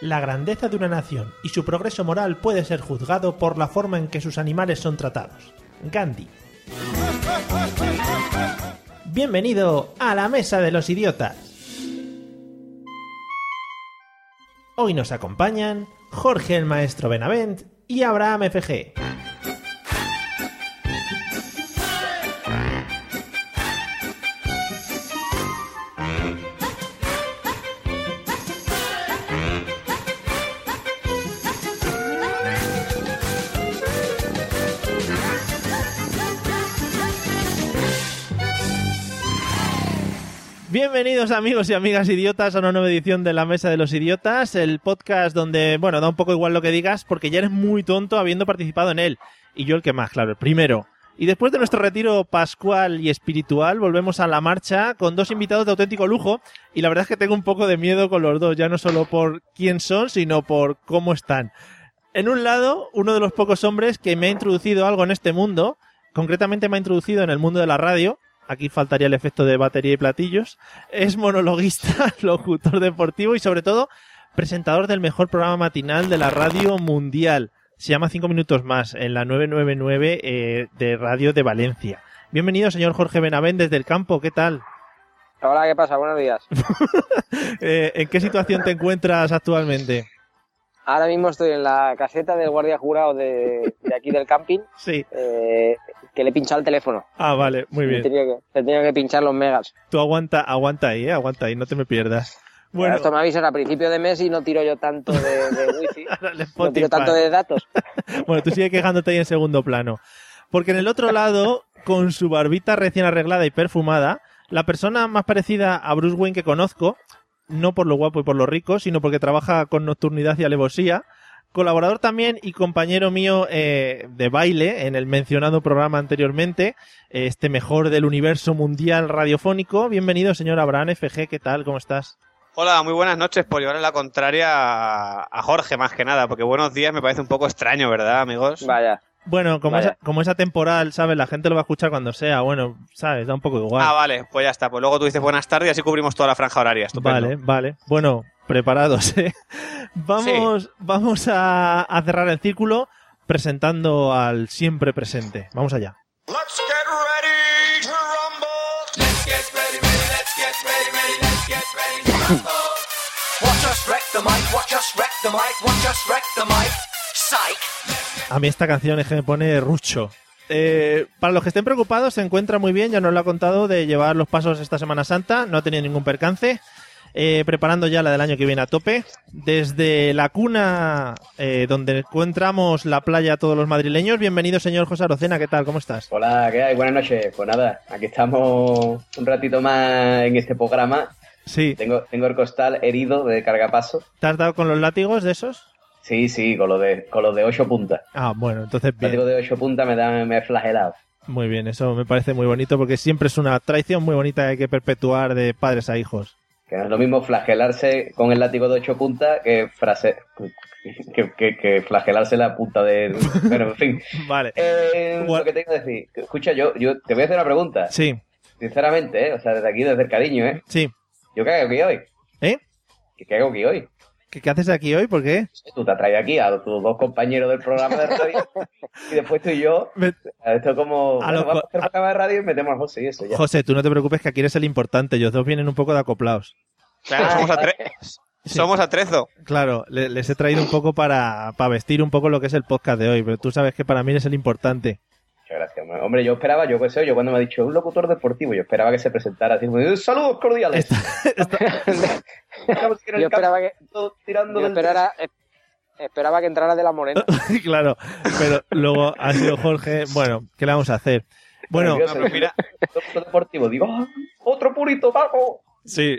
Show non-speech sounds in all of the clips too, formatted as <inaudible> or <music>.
La grandeza de una nación y su progreso moral puede ser juzgado por la forma en que sus animales son tratados. Gandhi. Bienvenido a la Mesa de los Idiotas. Hoy nos acompañan Jorge el Maestro Benavent y Abraham FG. Bienvenidos amigos y amigas idiotas a una nueva edición de La Mesa de los Idiotas, el podcast donde, bueno, da un poco igual lo que digas porque ya eres muy tonto habiendo participado en él. Y yo el que más, claro, el primero. Y después de nuestro retiro pascual y espiritual, volvemos a la marcha con dos invitados de auténtico lujo. Y la verdad es que tengo un poco de miedo con los dos, ya no solo por quién son, sino por cómo están. En un lado, uno de los pocos hombres que me ha introducido algo en este mundo, concretamente me ha introducido en el mundo de la radio, aquí faltaría el efecto de batería y platillos, es monologuista, <laughs> locutor deportivo y sobre todo presentador del mejor programa matinal de la radio mundial. Se llama Cinco minutos más en la 999 eh, de Radio de Valencia. Bienvenido, señor Jorge Benavent, desde el campo. ¿Qué tal? Hola, ¿qué pasa? Buenos días. Eh, ¿En qué situación te encuentras actualmente? Ahora mismo estoy en la caseta del guardia jurado de, de aquí del camping, Sí. eh, que le he pinchado el teléfono. Ah, vale, muy Le bien. tenía, que, le tenía que pinchar los megas. Tú aguanta, aguanta ahí, eh, aguanta ahí, no te me pierdas. Bueno, <laughs> Esto me avisan a principio de mes y no tiro yo tanto de, de wifi, dale, no tiro Spotify. tanto de datos. Bueno, tú sigue quejándote ahí en segundo plano. Porque en el otro lado, con su barbita recién arreglada y perfumada, la persona más parecida a Bruce Wayne que conozco, no por lo guapo y por lo rico, sino porque trabaja con nocturnidad y alevosía, colaborador también y compañero mío eh, de baile en el mencionado programa anteriormente, eh, este mejor del universo mundial radiofónico. Bienvenido, señor Abraham FG, ¿qué tal? ¿Cómo estás? Hola, muy buenas noches por llevarle la contraria a a Jorge más que nada, porque buenos días me parece un poco extraño, ¿verdad, amigos? Vaya, Bueno, como, Vaya. esa, como es atemporal, ¿sabes? La gente lo va a escuchar cuando sea, bueno, ¿sabes? Da un poco igual. Ah, vale, pues ya está. Pues luego tú dices buenas tardes y así cubrimos toda la franja horaria. Estupendo. Vale, vale. Bueno, preparados, ¿eh? Vamos, vamos a, a cerrar el círculo presentando al siempre presente. Vamos allá. Let's get ready to rumble. Let's get ready, ready, let's get ready, ready, let's get ready to rumble. Watch us wreck the mic, watch us wreck the mic, watch us wreck the mic. Psych. A mí esta canción es que me pone rucho. Eh, para los que estén preocupados, se encuentra muy bien, ya nos lo ha contado, de llevar los pasos esta Semana Santa, no ha tenido ningún percance. Eh, preparando ya la del año que viene a tope. Desde la cuna eh, donde encontramos la playa todos los madrileños. Bienvenido, señor José Arocena, ¿qué tal? ¿Cómo estás? Hola, ¿qué hay? Buenas noches. Pues nada, aquí estamos un ratito más en este programa. Sí, Tengo, tengo el costal herido de cargapaso. ¿te has dado con los látigos de esos? Sí, sí, con lo de, con lo de ocho puntas. Ah, bueno, entonces Lo digo bien. de ocho puntas me, da, me he flagelado. Muy bien, eso me parece muy bonito porque siempre es una traición muy bonita que hay que perpetuar de padres a hijos. Que no es lo mismo flagelarse con el látigo de ocho puntas que, frase, que, que- que flagelarse la punta de... Pero en <laughs> fin. Vale. Eh, Gua- lo que tengo que decir. que- Escucha, yo, yo te voy a hacer una pregunta. Sí, Sinceramente, ¿eh? O sea, desde aquí, desde el cariño, ¿eh? sí. ¿Yo qué hago aquí hoy? ¿Eh? ¿Qué qué hago aquí hoy? ¿Qué, qué haces aquí hoy? ¿Por qué? tú te has traído aquí a tus dos compañeros del programa de <laughs> radio y después tú y yo, Me- esto como A lo bueno, vamos co- a hacer un programa de radio y metemos a José y eso ya. José, tú no te preocupes que aquí eres el importante. Ellos dos vienen un poco de acoplados. Claro, somos, atre- Sí, somos atrezo. Claro, le- les he traído un poco para, para vestir un poco lo que es el podcast de hoy, pero tú sabes que para mí eres el importante. <laughs> Muchas gracias. hombre. Hombre, yo esperaba, yo qué sé, yo cuando me ha dicho un locutor deportivo, yo esperaba que se presentara así, como, saludos cordiales. <laughs> Estamos aquí en el yo esperaba que, campo, tirando yo del- esperara- eh, esperaba que entrara de <laughs> la morena. claro, pero luego ha sido Jorge. Bueno, ¿qué le vamos a hacer? Bueno, Yo No, soy pero mira, locutor deportivo, digo, "Ah, otro purito, pago. sí,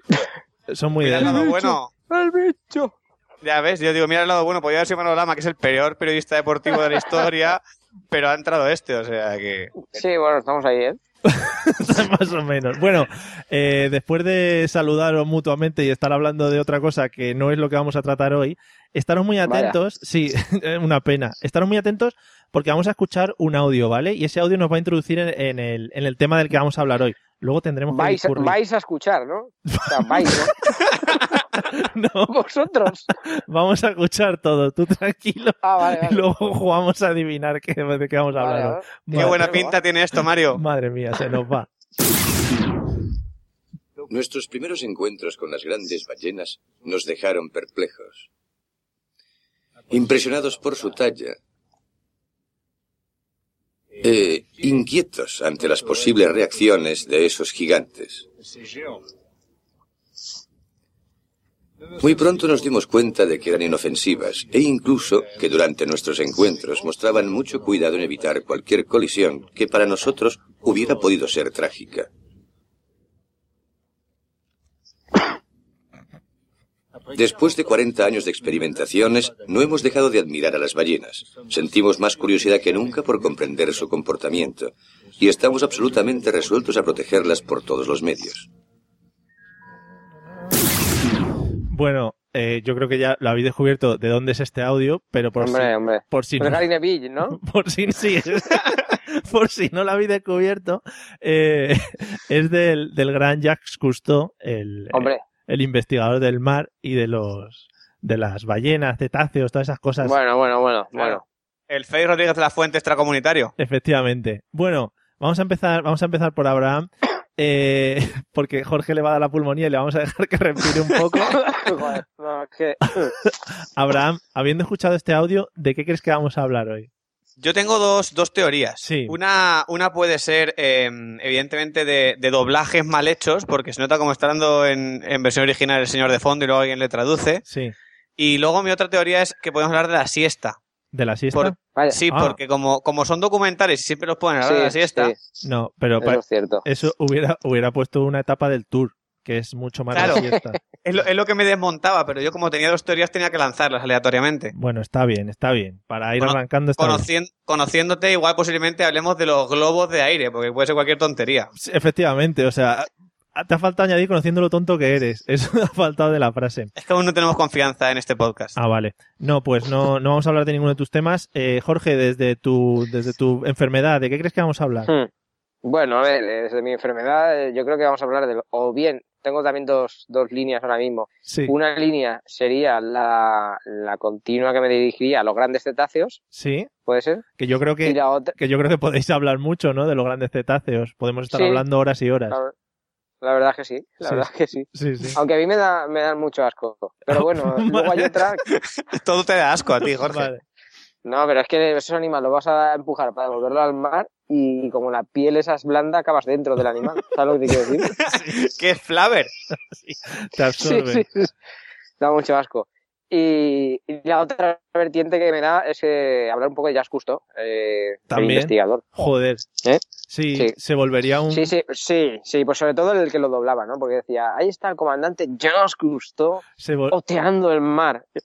son muy mira de... el lado bueno. ¡El bicho! Ya ves, yo digo, mira el lado bueno, podría haber sido Manolo Lama, que es el peor periodista deportivo de la historia, pero ha entrado este, o sea que... Sí, bueno, estamos ahí, ¿eh? <laughs> Más o menos. Bueno, eh, después de saludaros mutuamente y estar hablando de otra cosa que no es lo que vamos a tratar hoy, estaros muy Vaya. atentos. Sí, <laughs> una pena. Estaros muy atentos porque vamos a escuchar un audio, ¿vale? Y ese audio nos va a introducir en, en el, en el tema del que vamos a hablar hoy. Luego tendremos que Vais, discurrir. vais a escuchar, ¿no? O sea, vais, ¿no? <laughs> No, <laughs> Vosotros. vamos a escuchar todo. Tú tranquilo. Ah, vale, Y <laughs> vale. luego jugamos a adivinar qué, de qué vamos a Vale, hablar. hoy. vale. Qué Madre- buena pinta tiene esto, Mario. Madre mía, se nos va. Nuestros primeros encuentros con las grandes ballenas nos dejaron perplejos. Impresionados por su talla, e inquietos ante las posibles reacciones de esos gigantes. Muy pronto nos dimos cuenta de que eran inofensivas e incluso que durante nuestros encuentros mostraban mucho cuidado en evitar cualquier colisión que para nosotros hubiera podido ser trágica. Después de 40 años de experimentaciones, no hemos dejado de admirar a las ballenas. Sentimos más curiosidad que nunca por comprender su comportamiento y estamos absolutamente resueltos a protegerlas por todos los medios. Bueno, eh, yo creo que ya lo habéis descubierto de dónde es este audio, pero por si, Hombre, hombre. por si Pero no, Gary Neville, ¿no? <laughs> por si sí, es- por si no lo habéis descubierto, eh, <laughs> es del, del gran Jacques Cousteau, el, Hombre, el investigador del mar y de los de las ballenas, cetáceos, todas esas cosas. bueno, bueno, bueno, bueno. El Félix Rodríguez de la Fuente extracomunitario. Efectivamente. Bueno, vamos a empezar, vamos a empezar por <coughs> Abraham, eh, <laughs> porque Jorge le va a dar la pulmonía y le vamos a dejar que respire un <laughs> poco. Joder, no, es que- Abraham, habiendo escuchado este audio, ¿de qué crees que vamos a hablar hoy? Yo tengo dos, dos teorías. Sí. Una, una puede ser, eh, evidentemente, de, de doblajes mal hechos, porque se nota como está dando en, en versión original el señor de fondo y luego alguien le traduce. Sí. Y luego mi otra teoría es que podemos hablar de la siesta. ¿De la siesta? Por- Vaya. Sí, Ah. porque como, como son documentales y siempre los ponen a la hora de la siesta, sí, No, pero pa- eso es cierto. eso hubiera, hubiera puesto una etapa del tour, que es mucho más Claro. la siesta. <laughs> es, lo, es lo que me desmontaba, pero yo como tenía dos teorías tenía que lanzarlas aleatoriamente. Bueno, está bien, está bien. Para ir Cono- arrancando está bien. Conocien- conociéndote, igual posiblemente hablemos de los globos de aire, porque puede ser cualquier tontería. Sí, Efectivamente, o sea, a- te ha faltado añadir conociendo lo tonto que eres. Eso <laughs> te ha faltado de la frase. Es que aún no tenemos confianza en este podcast. Ah, vale. No, pues no, no vamos a hablar de ninguno de tus temas. Eh, Jorge, desde tu, desde tu enfermedad, ¿de qué crees que vamos a hablar? Hmm. Bueno, a ver, eh, desde mi enfermedad eh, yo creo que vamos a hablar de... lo- O bien, tengo también dos, dos líneas ahora mismo. Sí, Una línea sería la, la continua que me dirigiría a los grandes cetáceos, sí. ¿puede ser? Que yo creo Y que, la otra... que yo creo que podéis hablar mucho, ¿no? De los grandes cetáceos. Podemos estar Sí. hablando horas y horas. La, la verdad que sí, la Sí. verdad que sí. Sí, sí. Aunque a mí me, da, me dan mucho asco. <laughs> Pero bueno, luego hay otra... <laughs> Todo te da asco a ti, Jorge. Vale. No, pero es que esos animales los vas a empujar para devolverlo al mar y como la piel esa es blanda, acabas dentro <laughs> del animal. ¿Sabes lo que te quiero decir? ¿Qué es Flaver? Te absorbe. sí. Da mucho asco. Y, y la otra vertiente que me da es eh, hablar un poco de Jazz Custo, eh, el También. Mm. investigador. Joder. ¿Eh? Sí, Sí. se volvería un. Sí, sí, sí, sí, pues sobre todo el que lo doblaba, ¿no? Porque decía, ahí está el comandante Jazz Custo Se, vol- oteando el mar. se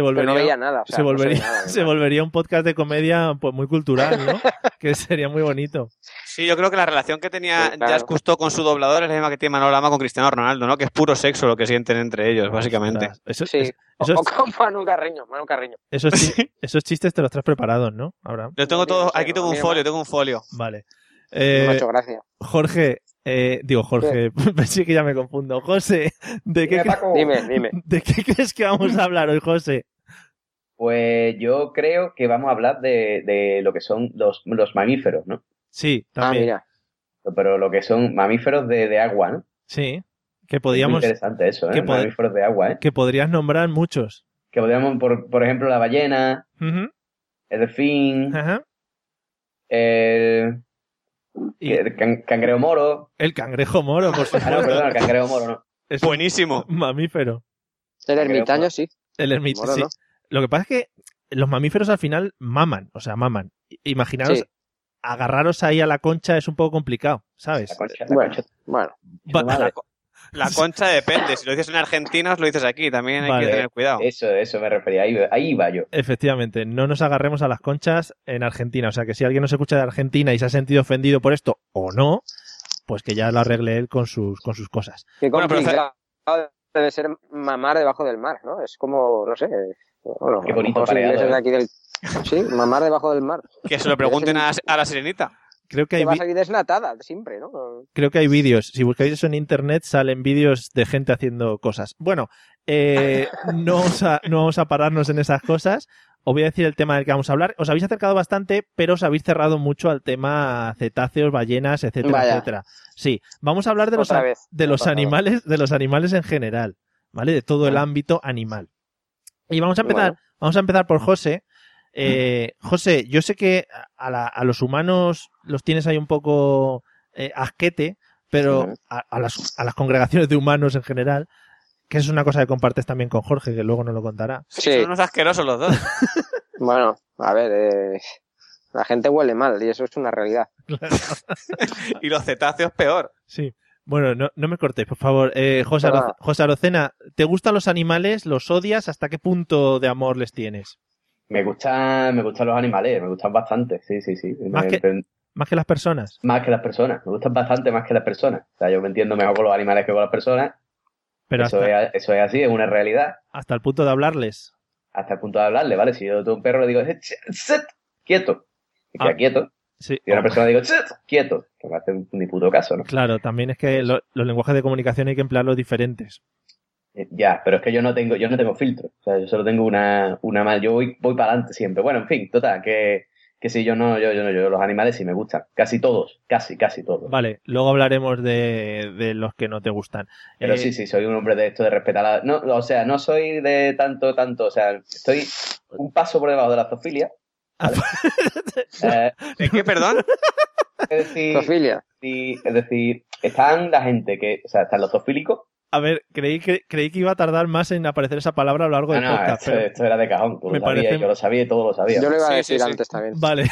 Oh, Pero no volvería. veía nada. o sea, se no se volvería, veía <laughs> nada. se volvería un podcast de comedia pues muy cultural, <laughs> ¿no? que sería muy bonito. Sí, yo creo que la relación que tenía Sí, claro. Jazz Cousteau con su doblador es la misma que tiene Manolo Lama con Cristiano Ronaldo, ¿no? Que es puro sexo lo que sienten entre ellos, Pues básicamente. Ostras, Eso, Sí. es- O, eso es- o como Manu Carreño, Manu Carreño. esos, chi- <laughs> esos chistes te los traes preparados, ¿no, Abraham? Yo tengo Mira, todo, sí, aquí tengo un mira. folio, tengo un folio. Vale. Me ha Eh, hecho gracia. Jorge, eh, digo Jorge, <laughs> pues sí que ya me confundo. José, ¿de qué, Dime, cre- Paco. Dime, dime. ¿de qué crees que vamos a hablar hoy, José? Pues yo creo que vamos a hablar de, de lo que son los, los mamíferos, ¿no? Sí, <laughs> Ah, también. mira. Pero lo que son mamíferos de, de agua, ¿no? sí, que Es muy podíamos, interesante eso, que ¿eh? pod- Mamíferos de agua, ¿eh? que podrías nombrar muchos. Que podríamos, por, por ejemplo, la ballena, Ujú, el delfín, ajá. el, Y el can- cangreo moro. el cangrejo moro, por <laughs> Ah, no, supuesto. <laughs> perdón, el cangreo moro, no. Es un <laughs> Buenísimo. mamífero. El Creo que- <laughs> ermitaño, sí. El ermitaño, Moro, sí. ¿no? Lo que pasa es que los mamíferos al final maman, o sea, maman. I- Imaginaros, Sí. agarraros ahí a la concha es un poco complicado, ¿sabes? La concha, la Bueno. concha. Bueno, Va- tu madre. La concha depende. Si lo dices en Argentina, os lo dices aquí. También hay Vale. que tener cuidado. Eso, eso me refería. Ahí, ahí iba yo. <laughs> Efectivamente, no nos agarremos a las conchas en Argentina. O sea, que si alguien nos escucha de Argentina y se ha sentido ofendido por esto o no, pues que ya lo arregle él con sus, con sus cosas. Qué Bueno, pero- complicado debe ser mamar debajo del mar, ¿no? Es como, no sé. Bueno, Qué a lo mejor bonito los pareado, ingleses de ¿eh? aquí del- Sí, mamar debajo del mar. Que se lo pregunten a, a la sirenita. Creo que Te hay, va a vi- salir desnatada siempre, ¿no? creo que hay vídeos. Si buscáis eso en internet, salen vídeos de gente haciendo cosas. Bueno, <laughs> eh, no, vamos a, no vamos a pararnos en esas cosas. Os voy a decir el tema del que vamos a hablar. Os habéis acercado bastante, pero os habéis cerrado mucho al tema cetáceos, ballenas, etcétera, Vaya. etcétera. Sí, vamos a hablar de los, Otra a- vez. de los Otra vez. animales, de los animales en general, ¿vale? De todo el Vale. ámbito animal. Y vamos a empezar, vamos a empezar por José. Eh, José, yo sé que a, la- a los humanos los tienes ahí un poco eh, asquete, pero Ujú. a, a las, a las congregaciones de humanos en general, que es una cosa que compartes también con Jorge, que luego nos lo contará. Sí, Son unos asquerosos <laughs> los dos. bueno, a ver, eh, la gente huele mal y eso es una realidad. Y los cetáceos peor. Sí. Bueno, no, no me cortes, por favor. Eh, José, Aroce- Nada. José Arocena, ¿te gustan los animales? ¿Los odias? ¿Hasta qué punto de amor les tienes? Me gustan, me gustan los animales, me gustan bastante. Sí, sí, sí. Más Me- que- pero- Más que las personas. más que las personas. Me gustan bastante más que las personas. O sea, yo me entiendo mejor con los animales que con las personas. Pero eso, hasta, es, eso es así, es una realidad. hasta el punto de hablarles. Hasta el punto de hablarle, ¿vale? Si yo tengo un perro le digo, "Sit, sit, quieto. Se queda Ah. quieto. Sí. Y a una persona le digo, "Sit, quieto. Que me hace ni puto caso, ¿no? Claro, también es que lo- los lenguajes de comunicación hay que emplearlos diferentes. Eh, Ya, pero es que yo no tengo, yo no tengo filtro. O sea, yo solo tengo una, una mal. Yo voy, voy para adelante siempre. Bueno, en fin, total, que, que si yo no, yo, yo no, yo los animales sí me gustan. Casi todos, casi, casi todos. Vale, luego hablaremos de, de los que no te gustan. Pero Eh, sí, sí, soy un hombre de esto de respetar la... No, o sea, no soy de tanto, tanto, o sea, estoy un paso por debajo de la zoofilia. <laughs> ¿vale? Eh, ¿De qué, perdón? es, decir, Zoofilia. sí, es decir, están la gente que, o sea, están los zoofílicos. A ver, creí que, creí que iba a tardar más en aparecer esa palabra a lo largo Ah, del no, Pues podcast. esto, pero- esto era de cajón, tú lo Me sabías, parece- yo lo sabía y todo lo sabía. Yo lo iba a Sí, decir sí, sí. antes también. <laughs> Vale,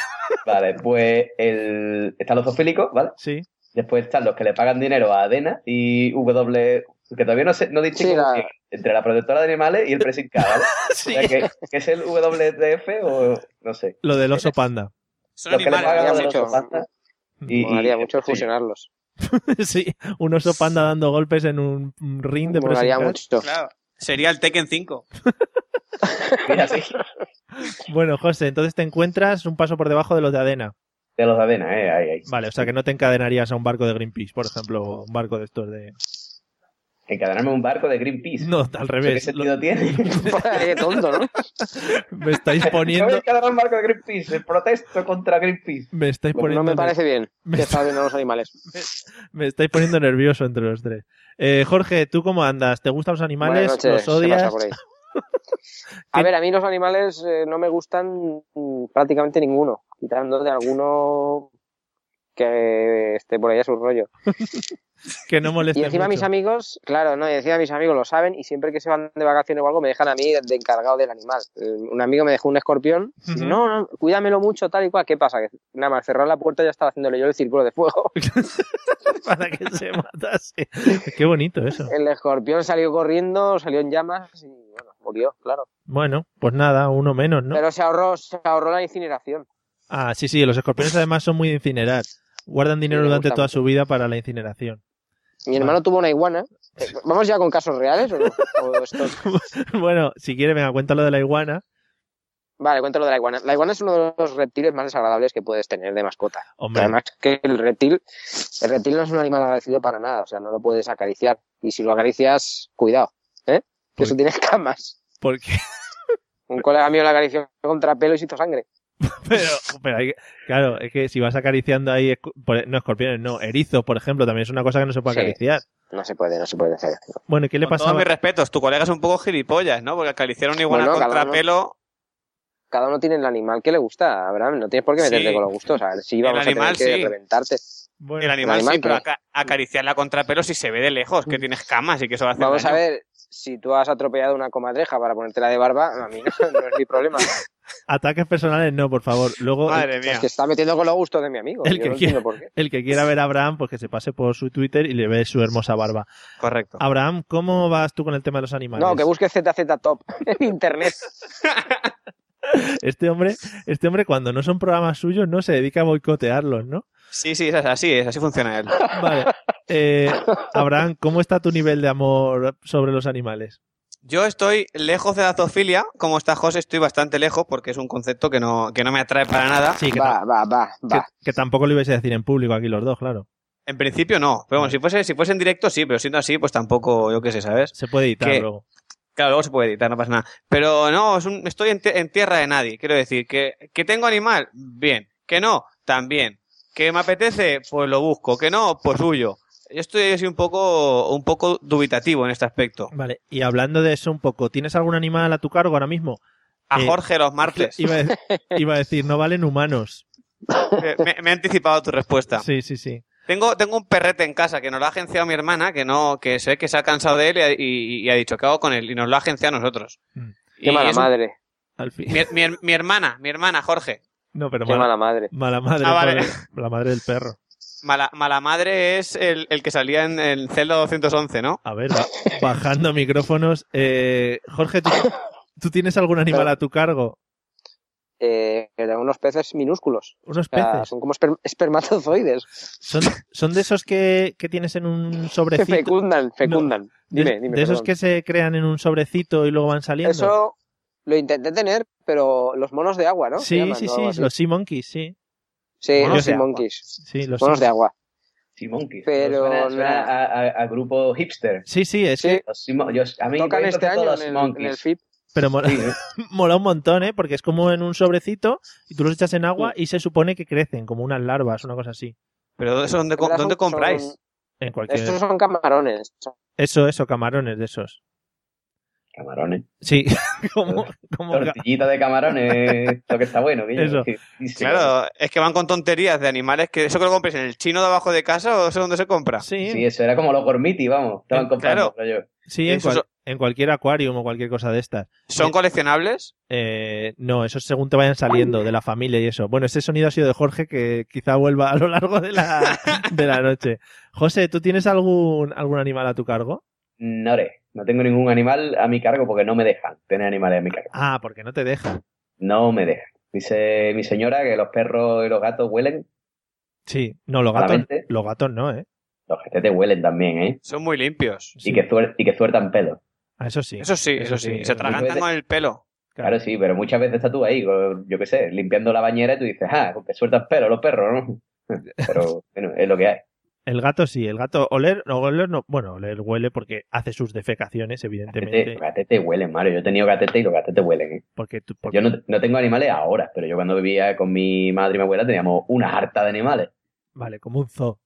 Vale, pues el... están los zoofílicos, ¿vale? <laughs> sí. Después están los que le pagan dinero a Adena y W, que todavía no sé, no distingo Sí, la- bien entre la protectora de animales y el Pressing <laughs> ¿vale? O sea, que, que es el WTF o no sé. <laughs> Lo del <laughs> oso panda. <laughs> Son Lo que le animales. pagan a digamos. los mucho. osos Mm. y, Molaría mucho sí. fusionarlos. sí, un oso panda dando golpes en un ring de Molaría pressing catch. mucho. Claro. Sería el Tekken 5. Mira, sí, Bueno, José, entonces te encuentras un paso por debajo de los de Adena. de los de avena, eh, ahí, ahí. Vale, o sea que no te encadenarías a un barco de Greenpeace, por ejemplo, o un barco de estos de... Encadenarme un barco de Greenpeace. No, al No sé ¿Qué revés. lo- sentido tiene? <laughs> <laughs> Qué tonto, <laughs> ¿no? me estáis Me voy a poniendo... encadenar un barco de Greenpeace. Protesto contra Greenpeace. Me estáis poniendo... No me parece bien me que está- está bien a los animales. Me estáis poniendo nervioso entre los tres. Eh, Jorge, ¿tú cómo andas? ¿Te gustan los animales? Buenas noches, ¿Los ¿qué pasa odias? por ahí? <laughs> A ver, a mí los animales eh, no me gustan mm, prácticamente ninguno, quitando de alguno que esté por ahí a su rollo. Que no Y molesten encima mis mucho. amigos, claro, no, y encima mis amigos lo saben y siempre que se van de vacaciones o algo me dejan a mí de encargado del animal. Eh, Un amigo me dejó un escorpión, y Ujú. no, no, cuídamelo mucho, tal y cual, ¿qué pasa? Que nada más cerrar la puerta ya estaba haciéndole yo el círculo de fuego. <laughs> <laughs> Para que se matase. Qué bonito eso. El escorpión salió corriendo, salió en llamas y bueno, murió, claro. Bueno, pues nada, uno menos, ¿no? Pero se ahorró, se ahorró la incineración. Ah, sí, sí, los escorpiones además son muy de incinerar. Guardan dinero me durante gusta toda su vida para la incineración. <laughs> Mi hermano tuvo una iguana. Eh, ¿Vamos ya con casos reales o no? O esto- <laughs> Bueno, si quieres, venga, cuenta lo de la iguana. Vale, cuento lo de la iguana. La iguana es uno de los reptiles más desagradables que puedes tener de mascota. Hombre, Además que el reptil, el reptil no es un animal agradecido para nada, o sea, no lo puedes acariciar. Y si lo acaricias, cuidado, ¿eh? Que ¿Por eso tiene <laughs> escamas. ¿por qué? <laughs> Un colega mío lo acarició contra pelo y se hizo sangre. Pero, pero hay que- claro, es que si vas acariciando ahí, escu- por- e, no escorpiones, no, erizos, por ejemplo, también es una cosa que no se puede Sí. acariciar. No se puede, no se puede hacer. Bueno, ¿y qué le Con todos pasaba? mis respetos, tu colega es un poco gilipollas, ¿no? Porque acariciaron igual Bueno, a cada contrapelo. Cada uno tiene el animal que le gusta, Abraham. No tienes por qué meterte Sí. con los gustos. A ver, si vamos animal, a tener que sí. reventarte. Bueno, El animal, el animal sí, pero que- aca- acariciarla contra pelo si se ve de lejos, que tienes camas y que eso va a hacer Mm. Vamos a daño. <laughs> <laughs> ver, si tú has atropellado una comadreja para ponértela de barba, a mí no, no es mi problema. Ataques personales no, por favor. Luego, el, Madre O sea, mía. es que está metiendo con los gustos de mi amigo. El yo que no entiendo por qué. el que quiera ver a Abraham, pues que se pase por su Twitter y le ve su hermosa barba. Correcto. Ah. Abraham, ¿cómo vas tú con el tema de los animales? No, que busque ZZ Top <laughs> en internet. Este hombre, este hombre cuando no son programas suyos no se dedica a boicotearlos, ¿no? Sí, sí, es así, es así funciona él. Vale. Eh, Abraham, ¿cómo está tu nivel de amor sobre los animales? Yo estoy lejos de la zoofilia, como está José, estoy bastante lejos porque es un concepto que no, que no me atrae para nada. Sí, que, Va, va, va, tam- que, va. que tampoco lo ibais a decir en público aquí los dos, claro. En principio no, pero bueno, si fuese, si fuese en directo sí, pero siendo así, pues tampoco, yo qué sé, ¿sabes? Se puede editar Que- luego. Claro, luego se puede editar, no pasa nada. Pero no, es un- estoy en, te- en tierra de nadie. Quiero decir, que, que tengo animal, bien. Que no, también. Que me apetece, pues lo busco. Que no, pues huyo. Yo estoy así un poco, un poco dubitativo en este aspecto. Vale. Y hablando de eso un poco, ¿tienes algún animal a tu cargo ahora mismo? A Eh, Jorge los martes. Iba a, de- iba a decir, no valen humanos. Eh, me, me he anticipado tu respuesta. Sí, sí, sí. Tengo, tengo un perrete en casa que nos lo ha agenciado mi hermana, que no, que sé que se ha cansado de él y, ha- y- y ha dicho, ¿qué hago con él? Y nos lo ha agenciado a nosotros. Mm. Y Qué mala es un- madre. Al fin. Mi, mi her- mi hermana, mi hermana, Jorge. No, pero Qué mala, mala madre. mala madre. Ah, vale. pobre- La madre del perro. Mala, mala madre es el, el que salía en el celda 211, ¿no? A <laughs> ver, ba- bajando micrófonos. Eh, Jorge, ¿tú, tú tienes algún animal a tu cargo? Eh, eran unos peces minúsculos. ¿Unos O sea, peces? son como esper- espermatozoides. <laughs> ¿Son, son de esos que, que tienes en un Que sobrecito? fecundan, fecundan. De- Dime, dime. de esos perdón. que se crean en un sobrecito y luego van saliendo. Eso lo intenté tener, pero los monos de agua, ¿no? Se sí, llaman, sí, o algo sí, así. los Sea Monkeys, sí. Sí, monos los de sea agua. monkeys. Sí, los Monos de agua. Sea Monkeys. Pero suena, suena no. a, a- a grupo hipster. Sí, sí, es Sí. que- Los Sea Mon- yo- a mí Tocan yo este toco año los en el, en el Monkeys. FIP. pero mola, Sí, <laughs> mola un montón, ¿eh? Porque es como en un sobrecito y tú los echas en agua y se supone que crecen como unas larvas, una cosa así. Pero eso, ¿dónde, co- En verdad ¿dónde son- compráis? son- En cualquier... Estos son camarones. Eso, eso, camarones de esos. <laughs> Camarones. Sí, como... como ca- Tortillita de camarones. lo que está bueno. que yo- Eso. que- y sí, Claro, es que van con tonterías de animales que eso que lo compréis en el chino de abajo de casa o eso dónde se compra. Sí, Sí, eso era como los gormiti, vamos. Estaban Eh, comprando. claro. rollo. sí, en, Eso cual- so- en cualquier acuarium o cualquier cosa de estas. ¿Son coleccionables? Eh, no, eso es según te vayan saliendo de la familia y eso. Bueno, ese sonido ha sido de Jorge que quizá vuelva a lo largo de <laughs> la, de la noche. José, ¿tú tienes algún, algún animal a tu cargo? No, re, no tengo ningún animal a mi cargo porque no me dejan tener animales a mi cargo. Ah, porque no te deja. No me dejan. Dice mi señora que los perros y los gatos huelen. Sí, no, los gatos, Claramente. los gatos no, ¿eh? Los te huelen también, ¿eh? Son muy limpios. Sí. Y, que suer- y que sueltan pelo. Ah, eso sí. Eso sí, eso, Eso sí. sí, Se eso sí. atragantan con el pelo. Claro, sí, pero muchas veces estás tú ahí, con- yo qué sé, limpiando la bañera y tú dices, ah, con que sueltas pelo los perros, ¿no? <laughs> Pero bueno, es lo que hay. El gato sí, el gato oler, no, oler no, bueno, oler huele porque hace sus defecaciones, Gatete, evidentemente, los gatetes huelen, Mario. Yo he tenido gatete y los gatetes huelen, ¿eh? porque, tú- porque- Yo no, no tengo animales ahora, pero yo cuando vivía con mi madre y mi abuela teníamos una harta de animales. vale, como un zoo.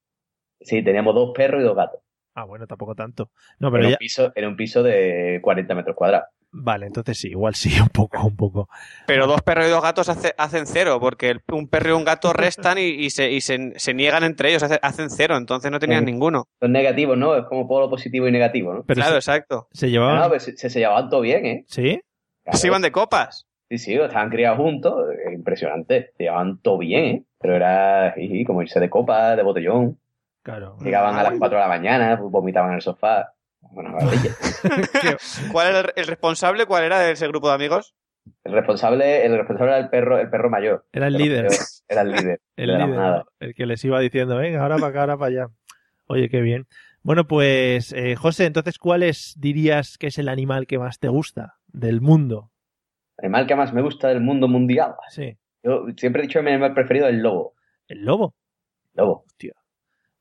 Sí, teníamos dos perros y dos gatos. Ah, bueno, tampoco tanto. No, pero en, ya, un piso, en un piso de 40 metros cuadrados. vale, entonces sí, igual sí, <laughs> un poco, un poco. Pero dos perros y dos gatos hace- hacen cero, porque el- un perro y un gato restan y, y se, y se- se niegan entre ellos, hace- hacen cero, entonces no tenían Sí. ninguno. Son negativos, ¿no? Es como polo positivo y negativo, ¿no? Pero claro, se, exacto. se No, llevaban, pero se, se, se llevaban todo bien, ¿eh? ¿sí? Claro. Se iban de copas. Sí, sí, estaban criados juntos, eh, impresionante. Se llevaban todo bien, ¿eh? Pero era sí, sí, como irse de copa, de botellón. Claro. Llegaban a las 4 de la mañana, vomitaban en el sofá. Una maravilla. ¿Cuál era el, el responsable? ¿Cuál era de ese grupo de amigos? El responsable, el responsable era el perro, el perro mayor. Era el Pero líder. yo Era el líder. El de la líder, manada. ¿no? el que les iba diciendo, venga, ahora para acá, ahora para allá. Oye, qué bien. Bueno, pues, eh, José, entonces, ¿cuál es, dirías que es el animal que más te gusta del mundo? El animal que más me gusta del mundo mundial. Sí, Yo siempre he dicho que mi animal preferido es el lobo. el lobo. Lobo.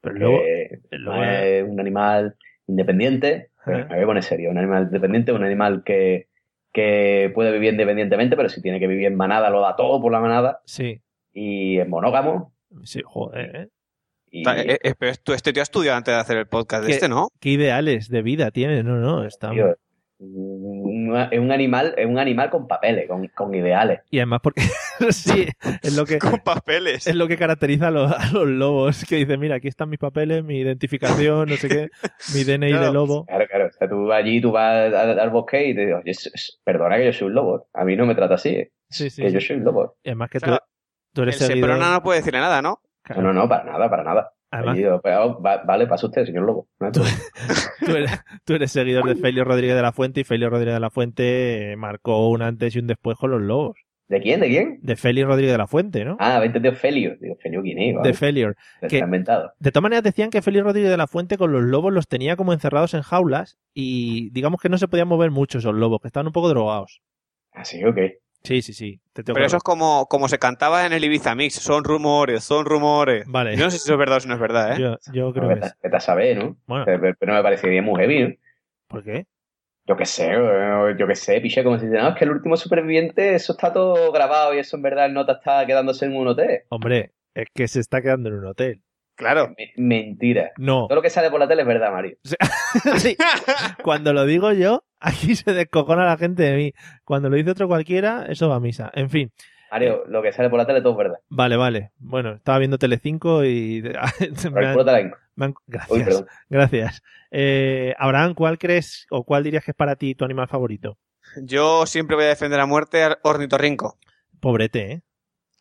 Pero el lobo, Eh, el no lobo era- es un animal independiente. pero Ajá. Me voy a poner serio. Un animal independiente, un animal que, que puede vivir independientemente, pero si tiene que vivir en manada, lo da todo por la manada. sí, Y es monógamo. sí, joder, ¿eh? Y Eh, eh, pero esto- este tío ha estudiado antes de hacer el podcast de ¿Qué? este, ¿no? Qué ideales de vida tienes, no, no, está... tío, es un es un animal, es un animal con papeles, con, con ideales. Y además porque, <laughs> sí, es <laughs> lo que... <laughs> Con papeles. Es lo que caracteriza a los, a los lobos, que dice, mira, aquí están mis papeles, mi identificación, no sé qué, mi DNI de Claro. lobo. Claro, claro. O sea, tú allí, tú vas al, al bosque y te dices, "Oye, s- s- perdona que yo soy un lobo. A mí no me trata así. ¿eh". Sí, sí. que sí. yo soy un lobo. Y Además que tú, Claro, tú El eres seguidor. Seprona no puede decirle nada, ¿no? No, no, no, para nada, para nada. Además, Y digo, pues, ah, va- vale, pasa usted, señor lobo. No hay problema. <laughs> tú eres, tú eres seguidor de Felio Rodríguez de la Fuente y Felio Rodríguez de la Fuente eh, marcó un antes y un después con los lobos. ¿De quién? ¿De quién? De Felio Rodríguez de la Fuente, ¿no? Ah, habéis entendido Felio. Digo, Felio, ¿quién es? Vamos, de Felio. Está que- inventado. De todas maneras decían que Félix Rodríguez de la Fuente con los lobos los tenía como encerrados en jaulas y digamos que no se podían mover mucho esos lobos, que estaban un poco drogados. Así, Ah, ok. Sí, sí, sí. Te tengo Pero que- eso es como, como se cantaba en el Ibiza Mix. Son rumores, son rumores. Vale, Yo no sé si eso es verdad o si no es verdad, ¿eh? yo, yo creo No, que Ah. vete, es. a- vete a saber, ¿no? Bueno, Pero, pero- pero me parecería muy heavy, ¿no? ¿por qué? Yo qué sé, eh, yo qué sé, piché, como si dice, no, es que el último superviviente, eso está todo grabado y eso en verdad el nota está quedándose en un hotel. Hombre, es que se está quedando en un hotel. Claro. Me- mentira. <laughs> No. Todo lo que sale por la tele es verdad, Mario. <laughs> Sí. Cuando lo digo yo, aquí se descojona la gente de mí. Cuando lo dice otro cualquiera, eso va a misa. En fin, Mario, lo que sale por la tele todo es verdad. vale, vale. Bueno, estaba viendo Telecinco y... <laughs> me Pero el han- culo te la hinco. me han- Uy, Gracias. perdón. Gracias. Eh, Abraham, ¿cuál crees o cuál dirías que es para ti tu animal favorito? Yo siempre voy a defender a muerte al ornitorrinco. Pobrete, ¿eh?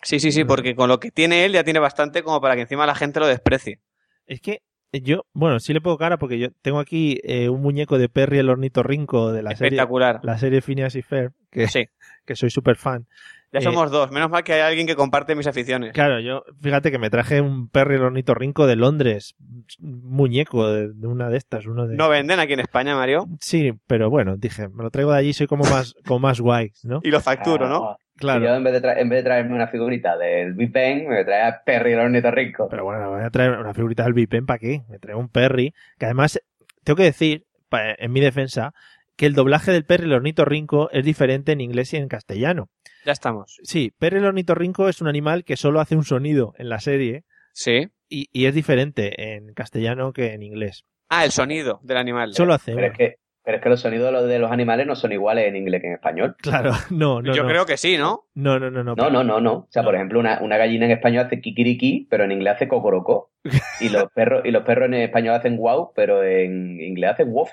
Sí, sí, sí, porque con lo que tiene él ya tiene bastante como para que encima la gente lo desprecie. Es que yo, bueno, sí le pongo cara porque yo tengo aquí eh, un muñeco de Perry el ornitorrinco de la serie, Espectacular. la serie Phineas y Ferb, que, Sí. que soy súper fan. Ya Eh, somos dos. Menos mal que hay alguien que comparte mis aficiones. Claro, yo, fíjate que me traje un Perry el ornitorrinco de Londres, un muñeco de, de una de estas, uno de... No venden aquí en España, Mario. Sí, pero bueno, dije, me lo traigo de allí, soy como más, como más guay, ¿no? Y lo facturo, ¿no? Ah, Claro. y Yo en vez, de tra- en vez de traerme una figurita del Big Bang, me trae a Perry el ornitorrinco. Pero bueno, voy a traer una figurita del Bipen, ¿para qué? Me traigo un Perry. Que además, tengo que decir, pa- en mi defensa, que el doblaje del Perry el ornitorrinco es diferente en inglés y en castellano. Ya estamos. Sí, Perry el ornitorrinco es un animal que solo hace un sonido en la serie Sí. y, y es diferente en castellano que en inglés. Ah, el sonido del animal. Solo hace Pero uno. es que, pero es que los sonidos de los, de los animales no son iguales en inglés que en español. Claro, <laughs> no, no, Yo no. creo que sí, ¿no? No, no, no, no. No, no, no, no. O sea, No. por ejemplo, una, una gallina en español hace kikiriki, pero en inglés hace cocorocó. Y los <laughs> perros, y los perros en español hacen wow, pero en inglés hacen woof.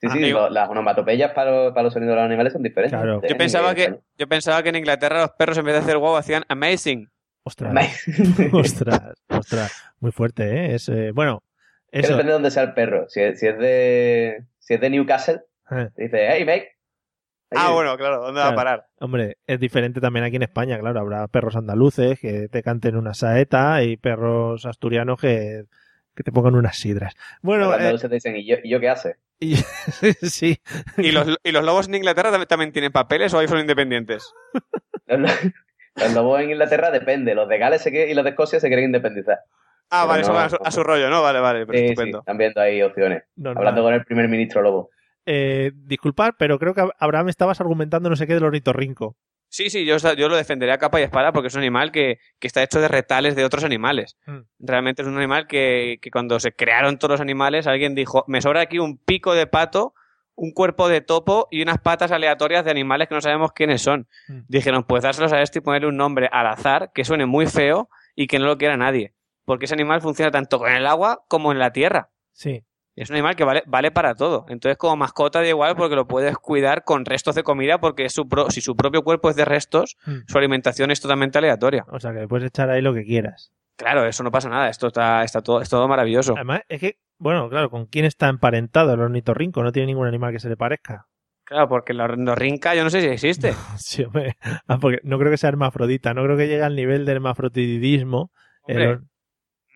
Sí, sí, Ah, Amigo. lo- las onomatopeyas para, los- para los sonidos de los animales son diferentes. Claro. Yo pensaba que, En yo pensaba que en Inglaterra los perros en vez de hacer guau hacían amazing. Ostras, español. <laughs> ostras, ostras. Muy fuerte, ¿eh? Es, eh, bueno, Que eso. depende de dónde sea el perro. Si es, si es de si es de Newcastle, Eh, dice, hey, mate. Ah, Oye, bueno, claro, ¿dónde va Claro. a parar? Hombre, es diferente también aquí en España, claro. Habrá perros andaluces que te canten una saeta y perros asturianos que, que te pongan unas sidras. Los Bueno, eh, andaluces te dicen, ¿y yo, y yo qué hace? <laughs> <laughs> sí, ¿Y los, ¿Y los lobos en Inglaterra tam- también tienen papeles o ahí son independientes? Los, lo- los lobos en Inglaterra depende. Los de Gales se que- y los de Escocia se quieren independizar. Ah, Pero vale, eso no, va a su, a su rollo, ¿no? Vale, vale, pero Sí, sí, Pues estupendo. están viendo ahí opciones. normal. Hablando con el primer ministro lobo. Eh, disculpad, pero creo que Abraham estabas argumentando no sé qué del ornitorrinco. Sí, sí, yo, os- yo lo defenderé a capa y espada porque es un animal que, que está hecho de retales de otros animales. Mm. Realmente es un animal que, que cuando se crearon todos los animales, alguien dijo, me sobra aquí un pico de pato, un cuerpo de topo y unas patas aleatorias de animales que no sabemos quiénes son. Mm. Dijeron, pues dárselos a este y ponerle un nombre al azar que suene muy feo y que no lo quiera nadie. Porque ese animal funciona tanto en el agua como en la tierra. Sí, Es un animal que vale, vale para todo. Entonces, como mascota, da igual porque lo puedes cuidar con restos de comida, porque es su pro- si su propio cuerpo es de restos, Mm. su alimentación es totalmente aleatoria. o sea que le puedes echar ahí lo que quieras. Claro, eso no pasa nada. Esto está, está todo, es todo maravilloso. Además, es que, bueno, claro, ¿con quién está emparentado el ornitorrinco? No tiene ningún animal que se le parezca. Claro, porque la ornitorrinca yo no sé si existe. Sí, hombre. Ah, porque no creo que sea hermafrodita, no creo que llegue al nivel del hermafrodidismo. <laughs> el Hombre, or-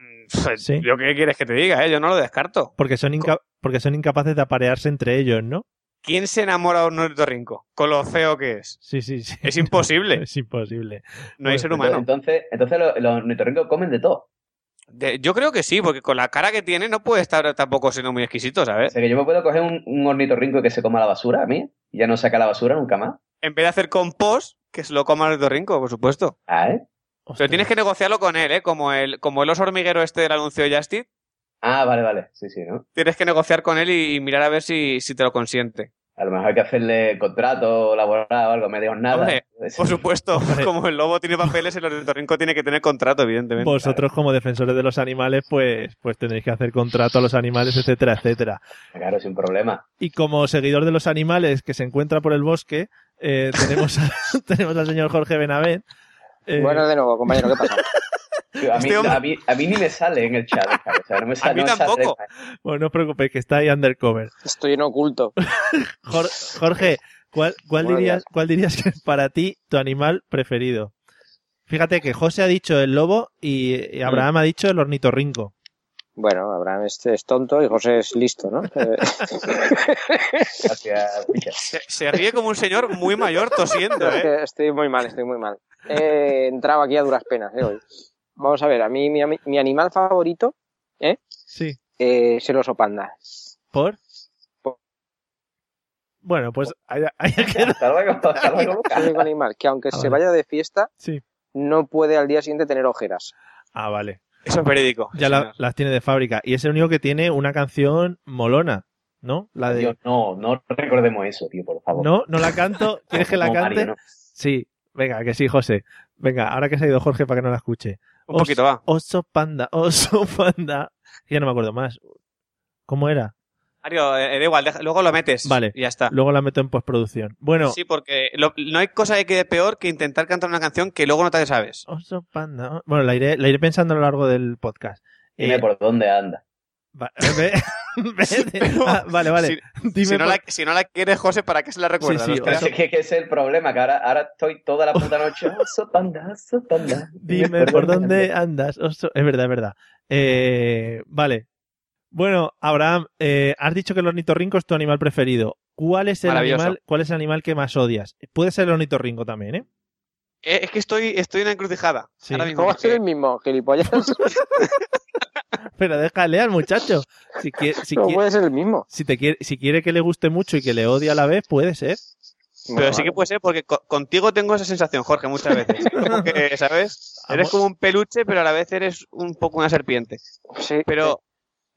Mm, pues, Sí. Yo qué quieres que te diga, eh? yo no lo descarto. Porque son, inca- porque son incapaces de aparearse entre ellos, ¿no? ¿Quién se enamora de un ornitorrinco? Con lo feo que es. Sí, sí, sí. Es <laughs> imposible. Es imposible. No Bueno, hay ser Entonces, humano. entonces, entonces los, los ornitorrincos comen de todo. De- yo creo que sí, porque con la cara que tiene no puede estar tampoco siendo muy exquisito, O ¿sabes? sea que yo me puedo coger un, un ornitorrinco que se coma la basura a mí y ya no saca la basura nunca más. En vez de hacer compost, que se lo coma el ornitorrinco, por supuesto. Ah, ¿eh? Pero Ostras. tienes que negociarlo con él, ¿eh? Como el, como el oso hormiguero este del anuncio de Justit, Ah, vale, vale. Sí, sí, ¿no? tienes que negociar con él y, y mirar a ver si, si te lo consiente. A lo mejor hay que hacerle contrato laboral o algo, me digas nada. Hombre, Por <laughs> supuesto, Hombre. como el lobo tiene papeles, el ornitorrinco tiene que tener contrato, evidentemente. Vosotros como defensores de los animales, pues, pues tendréis que hacer contrato a los animales, etcétera, etcétera. Claro, sin problema. Y como seguidor de los animales que se encuentra por el bosque, eh, tenemos, a- <laughs> tenemos al señor Jorge Benavent. eh, Bueno, de nuevo, compañero, ¿qué pasa? Tío, a, mí, Este hombre- a, mí, a mí ni me sale en el chat. ¿sabes? O sea, no me <laughs> sale, A mí no me sale. tampoco. bueno, no os preocupéis, que está ahí undercover. Estoy en oculto. Jor- Jorge, ¿cuál, cuál, Buenos dirías, días. ¿cuál dirías que es para ti tu animal preferido? Fíjate que José ha dicho el lobo y, y Abraham ha dicho el ornitorrinco. Bueno, Abraham es, es tonto y José es listo, ¿no? <laughs> Eh, <laughs> Gracias, picha. Se, se ríe como un señor muy mayor tosiendo, es <laughs> ¿eh? que estoy muy mal, estoy muy mal. He entrado aquí a duras penas, eh, hoy. Vamos a ver, a mí mi, ami- mi animal favorito Sí. eh, es el oso panda. ¿Por? Por- Bueno, pues ahí ahí ha quedado. Hasta luego, hasta luego, Es el Lucas. único animal que <laughs> aunque Ah, se vale. vaya de fiesta, Sí. no puede al día siguiente tener ojeras. Ah, vale. Eso es verídico. Ya sí, la- señor. las tiene de fábrica. Y es el único que tiene una canción molona, ¿no? La de... Dios, no, no recordemos eso, tío, por favor. No, no la canto. ¿Quieres que la No, cante? Mario, no. Sí, venga, que sí, José. Venga, ahora que se ha ido Jorge para que no la escuche. Un poquito va. Oso panda, <laughs> oso panda. Ya no me acuerdo más. ¿Cómo era? Mario, eh, da igual, deja- luego lo metes. Vale. Y ya está. Luego la meto en postproducción. Bueno, Ah. Sí, porque lo- no hay cosa que quede peor que intentar cantar una canción que luego no te sabes. oso panda. o- Bueno, la iré, la iré pensando a lo largo del podcast. Eh, Dime por dónde anda. va- <laughs> ve- vete. Ah, vale, vale. Si- Dime si, no por- la, si no la quieres, José, ¿para qué se la recuerdas? Sí, sí, Nos Pero queda- oso- es que, que ese es el problema, que ahora, ahora estoy toda la puta noche. "Oh, Oso panda, oso panda. <laughs> Dime por dónde andas. oso- Es verdad, es verdad. Eh, vale. Bueno, Abraham, eh, has dicho que el ornitorrinco es tu animal preferido. ¿Cuál es, el Maravilloso. animal, ¿Cuál es el animal que más odias? Puede ser el ornitorrinco también, ¿eh? Eh, Es que estoy, estoy en una encrucijada. Sí. Ahora mismo. ¿Cómo va a ser porque- el mismo, <laughs> gilipollas? Pero déjale al muchacho. Si, quie- si, no quie- puede ser el mismo. si te quiere, si quiere que le guste mucho y que le odie a la vez, puede ser. Pero Bueno, sí que vale. puede ser, porque co- contigo tengo esa sensación, Jorge, muchas <laughs> veces. Como que, ¿Sabes? Eres como un peluche, pero a la vez eres un poco una serpiente. Sí, Pero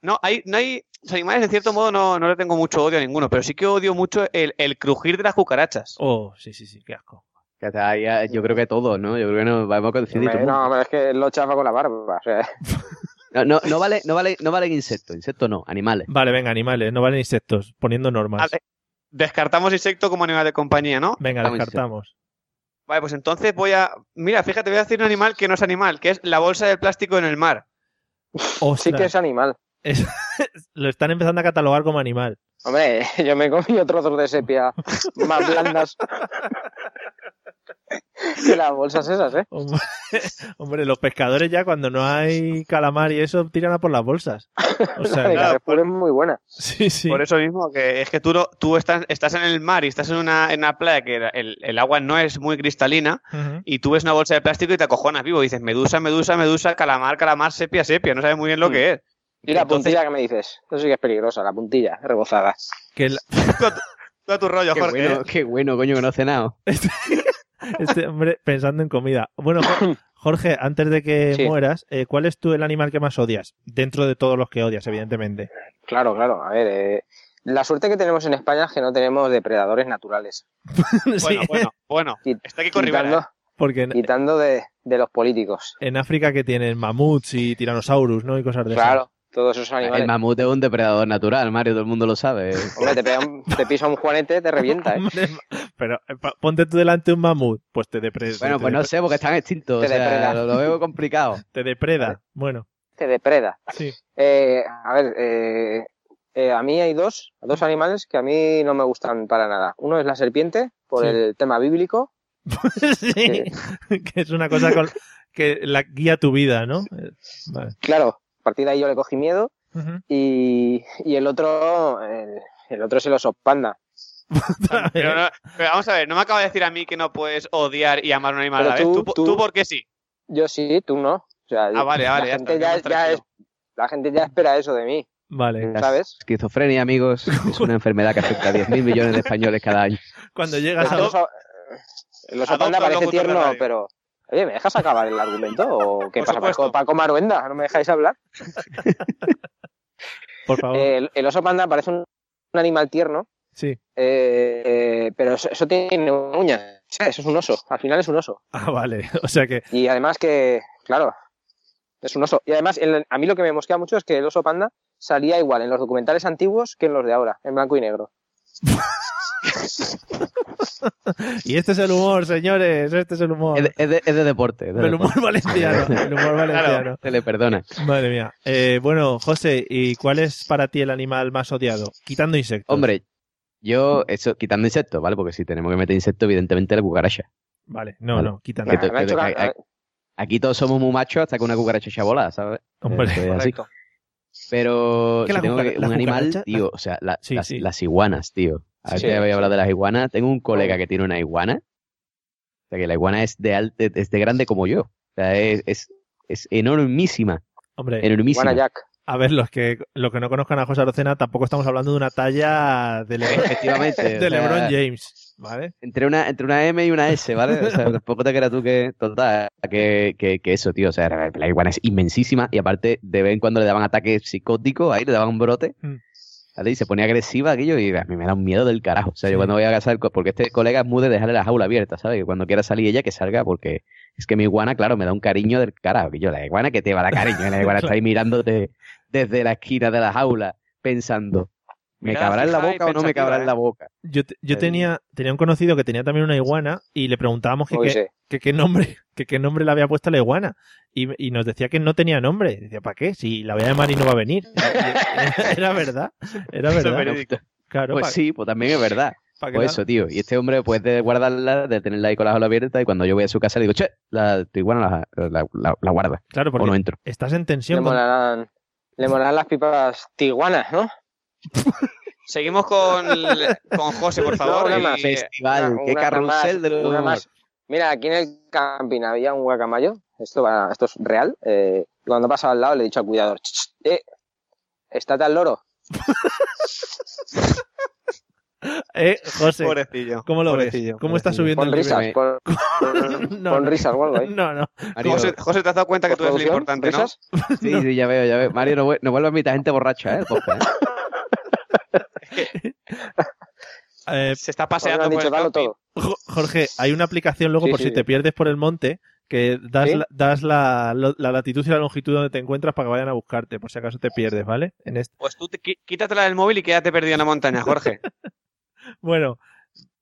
no hay, no hay. Los animales, en cierto modo, no, no le tengo mucho odio a ninguno, pero sí que odio mucho el, el crujir de las cucarachas. Oh, sí, sí, sí, qué asco. Que está ahí, eh, yo creo que todos, ¿no? Yo creo que nos vamos a coincidir. todo Hombre, el mundo. no, pero es que lo chafa con la barba. O sea, No, no, no vale, no vale, no valen insectos, insectos no, animales. Vale, venga, animales, no valen insectos, poniendo normas. Vale. Descartamos insecto como animal de compañía, ¿no? Venga, Vamos, descartamos. Vale, pues entonces voy a. Mira, fíjate, voy a decir un animal que no es animal, que es la bolsa de plástico en el mar. sí Ostras, que es animal. lo están empezando a catalogar como animal. Hombre, <laughs> yo me he comido trozos de sepia más blandas que las bolsas esas, ¿eh? Hombre, <laughs> hombre, los pescadores ya cuando no hay calamar y eso tiran a por las bolsas. O sea, <laughs> <laughs> pues, la de que- Carrefour es muy buena. <laughs> sí, sí. Por eso mismo, que es que tú, no- tú estás, estás en el mar y estás en una, en una playa que el, el agua no es muy cristalina Ujú. y tú ves una bolsa de plástico y te acojonas vivo. Y dices, medusa, medusa, medusa, calamar, calamar, sepia, sepia. No sabes muy bien lo que es. Y la Entonces- puntilla que me dices, eso sí que es peligrosa, la puntilla, rebozada. Que el- Tú a tu rollo, Qué Jorge. bueno, qué bueno, coño, que no he cenado. este hombre pensando en comida. Bueno, <coughs> Jo- Jorge, antes de que Sí. mueras, eh, ¿cuál es tú el animal que más odias? Dentro de todos los que odias, <laughs> evidentemente. Claro, claro, a ver, eh, la suerte que tenemos en España es que no tenemos depredadores naturales. Bueno, <laughs> pues Sí, bueno, bueno. Quit- Está aquí con Rivera, Quitando, ¿eh? porque en, quitando de, de los políticos. en África que tienen mamuts y tiranosaurus, ¿no? Y cosas de esas. Claro, todos esos El animales. mamut es un depredador natural, Mario, todo el mundo lo sabe. <laughs> Hombre, te, pega un- te pisa un juanete, te revienta, ¿eh? Hombre, ma- Pero eh, pa- ponte tú delante un mamut, pues te depreda. Bueno, te, pues no depre- sé, porque están extintos, o Te sea, depreda. lo, lo veo complicado. te depreda. <laughs> Bueno, <laughs> te depreda. sí. Eh, a ver, eh, eh, a mí hay dos, dos animales que a mí no me gustan para nada. Uno es la serpiente, por Sí. el tema bíblico. Sí, <laughs> que es una cosa con- que la guía tu vida, ¿no? Eh, Vale. Claro, a partir de ahí yo le cogí miedo. <laughs> Ujú. Y, y el otro, el, el otro es el oso panda. Pero, no- pero vamos a ver, no me acaba de decir a mí que no puedes odiar y amar a un animal Pero a la vez. tú- Tú, tú- tú porque sí. Yo sí, tú no. O sea, Ah, vale, la, vale. ya gente está, ya, quedamos ya es- tranquilos. la gente ya espera eso de mí, Vale. ¿sabes? Esquizofrenia, amigos, es una enfermedad que afecta a 10.000 millones de españoles cada año. Cuando llegas Ah, a el no. oso, el oso Adopta panda un parece locutor de tierno, radio. pero... Oye, ¿me dejas acabar el argumento? ¿O qué Por pasa, supuesto. Paco, Paco Maruenda? ¿No me dejáis hablar? por favor. Eh, el, el oso panda parece un- un animal tierno, sí. Eh, eh, pero eso, eso tiene uñas. O sea, Eso es un oso. Al final es un oso. Ah, vale. <laughs> O sea que Y además que, claro, es un oso. Y además, el- a mí lo que me mosquea mucho es que el oso panda salía igual en los documentales antiguos que en los de ahora, en blanco y negro. Y este es el humor, señores, este es el humor. Es Eh, de, es de- es de deporte. es de El deporte. humor <laughs> valenciano, el humor valenciano. Se le perdona. Madre mía. Eh, bueno, José, ¿y cuál es para ti el animal más odiado? Quitando insectos. Hombre, yo, eso, quitando insectos, ¿vale? Porque si tenemos que meter insectos, evidentemente la cucaracha. Vale, no, Vale. no, quitando. Que te- Ah, Me ha que te- hecho ca- que- Aquí todos somos muy machos hasta que una cucaracha echa bola, ¿sabes? Hombre. Esto es así. correcto. Pero Que si la tengo que- cucara- la un animal, cucaracha- tío, o sea, la- Sí, las, sí. las iguanas, tío. A ver Sí. si voy a hablar de las iguanas. Tengo un colega que tiene una iguana. O sea, que la iguana es de, al- de- es de grande como yo. O sea, es, es, es enormísima, Hombre, enormísima. Buena Jack. a ver, los que, los que no conozcan a José Arocena, tampoco estamos hablando de una talla <laughs> de, Le- Efectivamente. o <laughs> de sea, LeBron James, ¿vale? entre una, entre una M y una S, ¿vale? O sea, tampoco te creas tú que. Total, que, que, que eso, tío. O sea, la iguana es inmensísima y aparte, de vez en cuando le daban ataques psicóticos, ahí le daban un brote. Mm. ¿vale? Y se ponía agresiva aquello y a mí me da un miedo del carajo. O sea, yo cuando voy a casar, co- porque este colega es muy de dejarle la jaula abierta, ¿sabes? Que cuando quiera salir ella, que salga, porque es que mi iguana, claro, me da un cariño del carajo. Que yo, la iguana que te va a dar cariño, ¿eh? la iguana está ahí mirándote desde la esquina de la jaula, pensando, ¿me Mirada cabrá en la fija y boca o no me pensativa, cabrá ¿eh? en la boca? Yo, te- yo El- tenía, tenía un conocido que tenía también una iguana y le preguntábamos que, Hoy Pues, qué- eh. sí. que qué nombre, que qué nombre le había puesto a la iguana. Y, y nos decía que no tenía nombre. Decía, ¿para qué? Si la voy a llamar y no va a <laughs> venir. <laughs> Era verdad, era verdad. Claro, Pues pa- sí, pues también es verdad. pa' que Pues la- eso, tío. Y este hombre, pues de guardarla, de tenerla ahí con la jaula abierta, y cuando yo voy a su casa, le digo, che, la tu iguana la, la, la- la guarda, Claro, o porque no entro. estás en Le tensión. con- molarán, le molarán las pipas tiguanas, ¿no? Seguimos con, con José, por <laughs> favor. No, no y- más, Festival, Una- qué una carrusel más, de una los más. Mira, aquí en el camping había un guacamayo. Esto, va- esto es real. eh, y cuando pasa al lado le he dicho al cuidador, "Ch, ch, eh, estate al loro. Eh, José, Pobrecillo. ¿cómo lo ves? pobrecillo, ¿Cómo está pobrecillo. subiendo el Pon nivel? risas, pon, <laughs> pon- No, pon no. risas o algo, ¿eh? <laughs> No, no. Mario, José, José, te has dado cuenta que tú eres el ¿Producción? importante, ¿no? ¿Risas? sí, sí, ya veo, ya veo. Mario, no, vuel- no vuelvas a invitar gente borracha, ¿eh? al podcast, <laughs> ¿eh? Eh, Se está Porque me paseando han por dicho, el dalo camping. todo. Jo- Jorge, hay una aplicación luego Sí, por sí. si te pierdes por el monte que das, ¿Sí? la, das la, lo- la latitud y la longitud donde te encuentras para que vayan a buscarte, por si acaso te pierdes, ¿vale? En este... Pues tú te, qui- quítatela del móvil y quédate perdido en la montaña, <laughs> Jorge. <laughs> Bueno,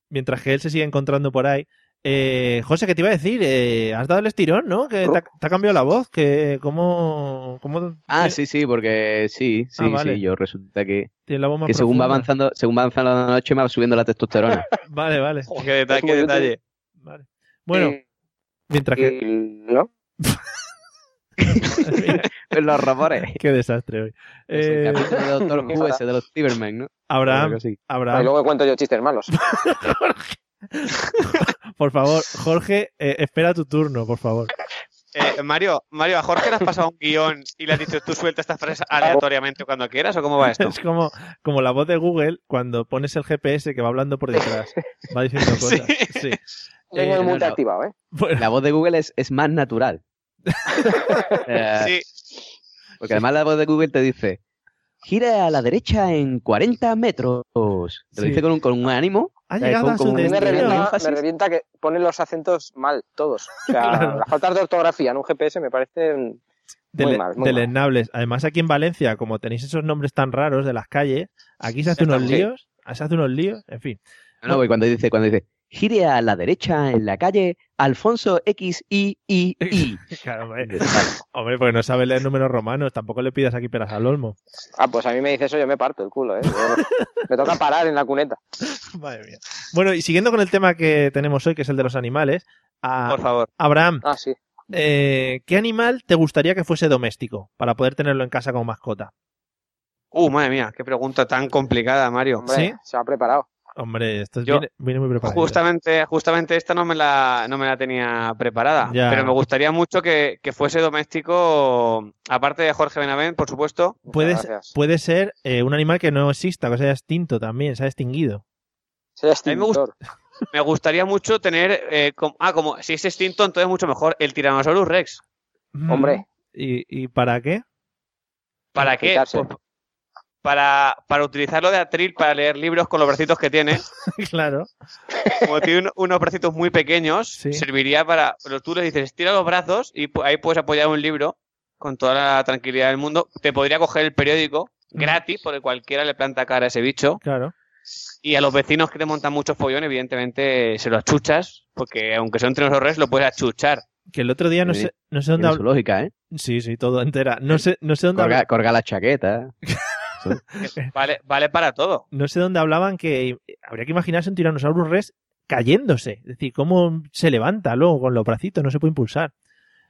mientras que él se sigue encontrando por ahí. Eh, José, ¿qué te iba a decir? Eh, has dado el estirón, ¿no? Que te ha, te ha cambiado la voz, que cómo, cómo Ah, sí, sí, porque sí, sí, Ah, vale. sí. Yo resulta que, tienes la voz más que según va profunda? avanzando, según va avanzando la noche, me va subiendo la <laughs> testosterona. <laughs> Vale, vale, qué detalle. muy qué detalle. vale. Bueno, Eh, mientras que... ¿No? Mira, Los rumores. qué desastre hoy. Es el Eh, capítulo de Doctor Who ese, de los Cybermen, ¿no? Algo Abraham, así. Y Abraham, luego cuento yo chistes <laughs> malos. por favor, Jorge, eh, espera tu turno, por favor. Eh, Mario, Mario, ¿a Jorge le has pasado un guión y le has dicho tú suelta estas frases aleatoriamente cuando quieras o cómo <laughs> va esto? <laughs> Es como, como la voz de Google cuando pones el GPS que va hablando por detrás. Va <laughs> diciendo cosas. Sí. Yo tengo Eh, el no, mute no. activado, ¿eh? Bueno, La voz de Google es, es más natural. <laughs> Eh, Sí, Porque además la voz de Google te dice, gira a la derecha en 40 metros. Te lo Sí. dice con un, con un ánimo. ha eh, llegado con- a su con un- Me Este, ¿no? destino. revienta, énfasis. me revienta que ponen los acentos mal, todos. O <laughs> sea, Claro. las faltas de ortografía en un GPS me parecen Dele- mal, muy mal. Deleznables. Además, aquí en Valencia, como tenéis esos nombres tan raros de las calles, aquí se hace unos Sí. líos. Se hace unos líos. En <laughs> fin. No, no, porque cuando dice, cuando dice, gire a la derecha en la calle Alfonso X I I <laughs> I. Claro, hombre. Hombre, porque no sabe leer números romanos. Tampoco le pidas aquí peras al olmo. Ah, pues a mí me dice eso, yo me parto el culo, ¿eh? Yo- me toca parar en la cuneta. Madre mía. Bueno, y siguiendo con el tema que tenemos hoy, que es el de los animales. A por favor. Abraham, Ah, sí. eh, ¿qué animal te gustaría que fuese doméstico para poder tenerlo en casa como mascota? Uh, madre mía, qué pregunta tan complicada, Mario. Hombre, ¿Sí? se ha preparado. Hombre, esto es- Yo- viene, viene muy preparado. Justamente, justamente esta no me la, no me la tenía preparada, Ya. pero me gustaría mucho que, que fuese doméstico, aparte de Jorge Benavent, por supuesto. Muchas Puede, ser- gracias. puede ser eh, un animal que no exista, que se haya extinto también, se ha extinguido. Soy mí me gusta- extintor. Me gustaría mucho tener, eh, com- ah, como si es extinto, entonces mucho mejor, el Tyrannosaurus Rex. Mm. Hombre. ¿Y, y para qué? <laughs> ¿Para qué? Quitarse. Pues para, para utilizarlo de atril, para leer libros con los bracitos que tiene. claro. Como tiene un- unos bracitos muy pequeños, Sí. serviría para. Pero tú le dices, estira los brazos y pu- ahí puedes apoyar un libro con toda la Mm. tranquilidad del mundo. Te podría coger el periódico gratis, porque cualquiera le planta cara a ese bicho. Claro. Y a los vecinos que te montan muchos pollones, evidentemente se los achuchas, porque aunque sea entre nosotros, lo puedes achuchar. Que el otro día no Sí. sé, no sé dónde Tiene su habló. lógica, ¿eh? Sí, sí, todo entera. No sé, no sé dónde Corga, habl- corga la chaqueta. <laughs> Vale, vale para todo. no sé dónde hablaban que habría que imaginarse un Tyrannosaurus Rex cayéndose. Es decir, cómo se levanta luego con los bracitos, no se puede impulsar.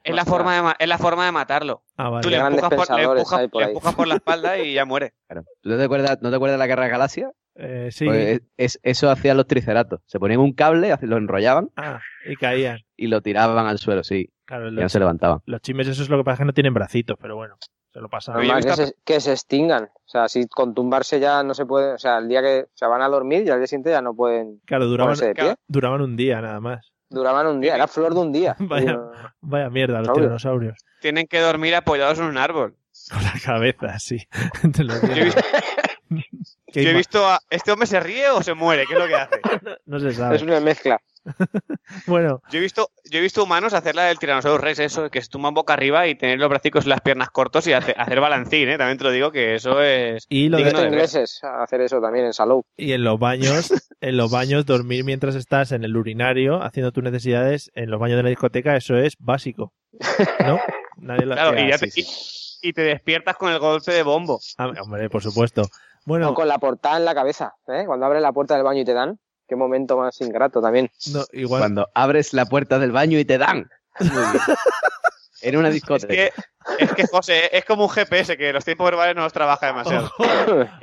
Es la forma de, ma- es la forma de matarlo. Ah, Tú le vale. Grandes empujas, por, le, pensadores empujas- hay por le ahí. empujas por la espalda y <laughs> ya muere. Claro. ¿Tú no te acuerdas, no te acuerdas de la guerra de Galaxia? Eh, sí. Pues es, eso hacían los triceratos. Se ponían un cable, lo enrollaban Ah, y caían. y lo tiraban al suelo, sí. Claro, Y no los, se levantaban. los chimes, eso es lo que pasa que no tienen bracitos, pero bueno, se lo pasan. Oye, Normal que Gustavo. se, que se extingan. O sea, si con tumbarse ya no se puede. O sea, el día que se van a dormir y al día siguiente ya no pueden Claro, duraban, ponerse de pie. claro. duraban un día nada más. Duraban un día, era flor de un día. <laughs> Vaya. Digo, Vaya mierda, los Claro. tiranosaurios. Tienen que dormir apoyados en un árbol. Con <laughs> la cabeza, sí. <laughs> entre los Yo he visto, dientes. Qué yo he ima- visto a... ¿Este hombre se ríe o se muere? ¿Qué es lo que hace? No se sabe. Es una mezcla. Bueno, Yo he visto, yo he visto humanos hacer la del Tyrannosaurus Rex, eso, que se tumban boca arriba y tener los bracicos y las piernas cortos y hace- hacer balancín, ¿eh? También te lo digo que eso es... y lo He de- Digno visto de ver. ingleses a hacer eso también en Salou. Y en los baños, <laughs> en los baños, dormir mientras estás en el urinario haciendo tus necesidades en los baños de la discoteca, eso es básico. <laughs> ¿No? Nadie lo Claro, hacía y, ya así, te, sí. y- y te despiertas con el golpe de bombo. Ah, hombre, por supuesto. O Bueno, con la portada en la cabeza, ¿eh? Cuando abres la puerta del baño y te dan. Qué momento más ingrato también. no, igual. Cuando abres la puerta del baño y te dan. Muy bien. En una Es discoteca. que, es que, José, es como un GPS, que los tiempos verbales no los trabaja demasiado.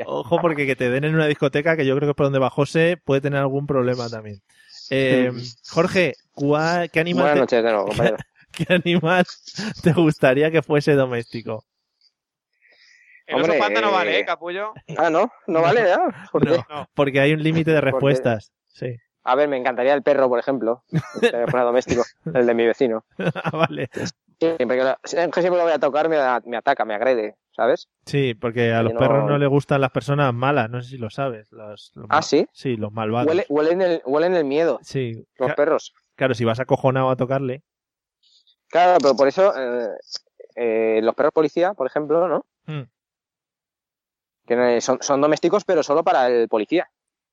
Ojo, ojo, porque que te den en una discoteca, que yo creo que es por donde va José, puede tener algún problema también. Eh, Jorge, ¿cuál- qué, Buenas <laughs> animal te, noches de nuevo, compañero. qué animal te gustaría que fuese doméstico? El oso Hombre, panda no vale, eh, ¿eh, capullo? Ah, no, no vale, ya. ¿Por qué? No, porque hay un límite de Porque- respuestas. Sí. <laughs> A ver, me encantaría el perro, por ejemplo. El teléfono doméstico, el de mi vecino. Ah, vale. Siempre que, lo, siempre que lo voy a tocar, me, me ataca, me agrede, ¿sabes? Sí, porque a Que los no- perros no les gustan las personas malas, no sé si lo sabes. Los, los Ah, ma- sí. Sí, los malvados. Huele, huelen, el, huelen el miedo, Sí, los ca- perros. claro, si vas acojonado a tocarle. Claro, pero por eso eh, eh, los perros policía, por ejemplo, ¿no? Mm. Que no- son, son domésticos, pero solo para el policía.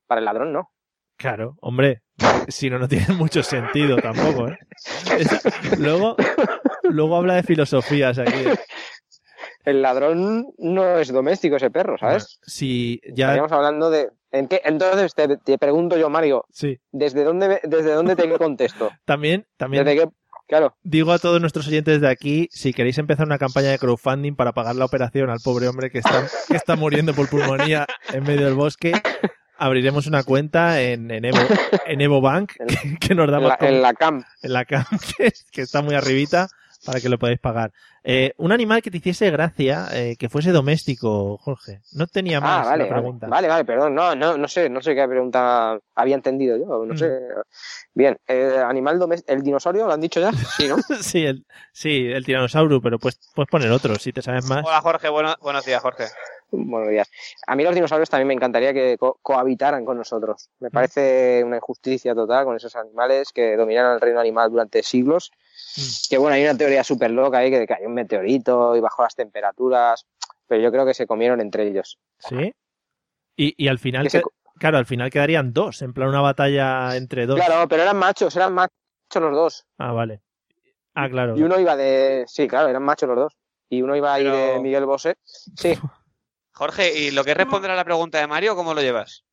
Para el ladrón, no. Claro, hombre, si no, no tiene <laughs> mucho sentido tampoco, ¿eh? Es- luego, luego habla de filosofías aquí. El ladrón no es doméstico ese perro, ¿sabes? Si ya... Estaríamos hablando de... ¿en qué? Entonces te, te pregunto yo, Mario, Sí, ¿desde dónde, ve- desde <laughs> dónde te contesto? también, también ¿Desde qué? Claro, digo a todos nuestros oyentes de aquí, si queréis empezar una campaña de crowdfunding para pagar la operación al pobre hombre que está, que está muriendo por pulmonía en medio del bosque, abriremos una cuenta en, en Evo, en Evo <laughs> Bank, que, que nos da en más la, com- en la cam. en la cam, que, <laughs> que está muy arribita, para que lo podáis pagar. Eh, un animal que te hiciese gracia, eh, que fuese doméstico, Jorge. No tenía Ah, más vale, la vale, pregunta. vale, vale, perdón, no, no, no sé, no sé qué pregunta había entendido yo, no Mm. sé. Bien, eh, animal doméstico, el dinosaurio, ¿lo han dicho ya? <laughs> Sí, ¿no? <laughs> Sí, el, sí, el tiranosaurio, pero pues puedes poner otro, si te sabes más. Hola, Jorge, bueno- buenos días, Jorge. Buenos días. A mí los dinosaurios también me encantaría que co- cohabitaran con nosotros. Mm. Me parece una injusticia total con esos animales que dominaron el reino animal durante siglos. Mm. Que bueno, hay una teoría súper loca ahí que de que hay un meteorito y bajó las temperaturas, pero yo creo que se comieron entre ellos. ¿Sí? Y, y al final, Que se que- claro, al final quedarían dos, en plan una batalla entre dos. Claro, pero eran machos, eran machos los dos. Ah, vale. Ah, claro. Y uno iba de. Sí, claro, eran machos los dos. Y uno iba ahí Pero- de Miguel Bosé. Sí, Jorge, ¿y lo que es responder a la pregunta de Mario, cómo lo llevas?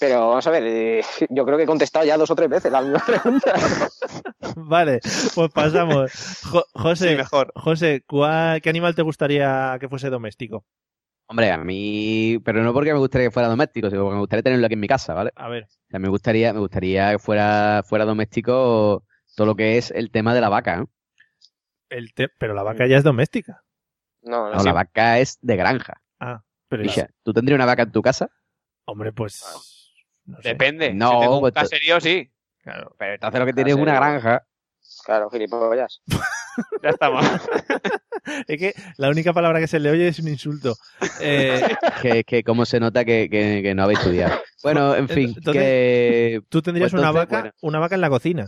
pero vamos a ver, eh, yo creo que he contestado ya dos o tres veces la misma pregunta. <laughs> Vale, pues pasamos. <laughs> Jo- Sí, José, mejor. José, ¿cuál- ¿qué animal te gustaría que fuese doméstico? Hombre, a mí. Pero no porque me gustaría que fuera doméstico, sino porque me gustaría tenerlo aquí en mi casa, ¿vale? A ver. O sea, me gustaría, me gustaría que fuera, fuera doméstico todo lo que es el tema de la vaca, ¿no? El te- pero la Mm. vaca ya es doméstica. No, no, No, Ah, sí. la vaca es de granja. Pero Misha, ¿tú tendrías una vaca en tu casa? Hombre, pues. Ah. No sé. Depende. No, si tengo un pues te- caserío, sí. Claro. Pero entonces lo que Ah, tienes es sí, una no. granja. claro, gilipollas. Ya estamos. Es que la única palabra que se le oye es un <laughs> insulto. Eh, Que, que como se nota que, que- que no habéis estudiado. Bueno, en fin, Entonces- que. tú tendrías Pues una entonces, vaca, bueno. una vaca en la cocina.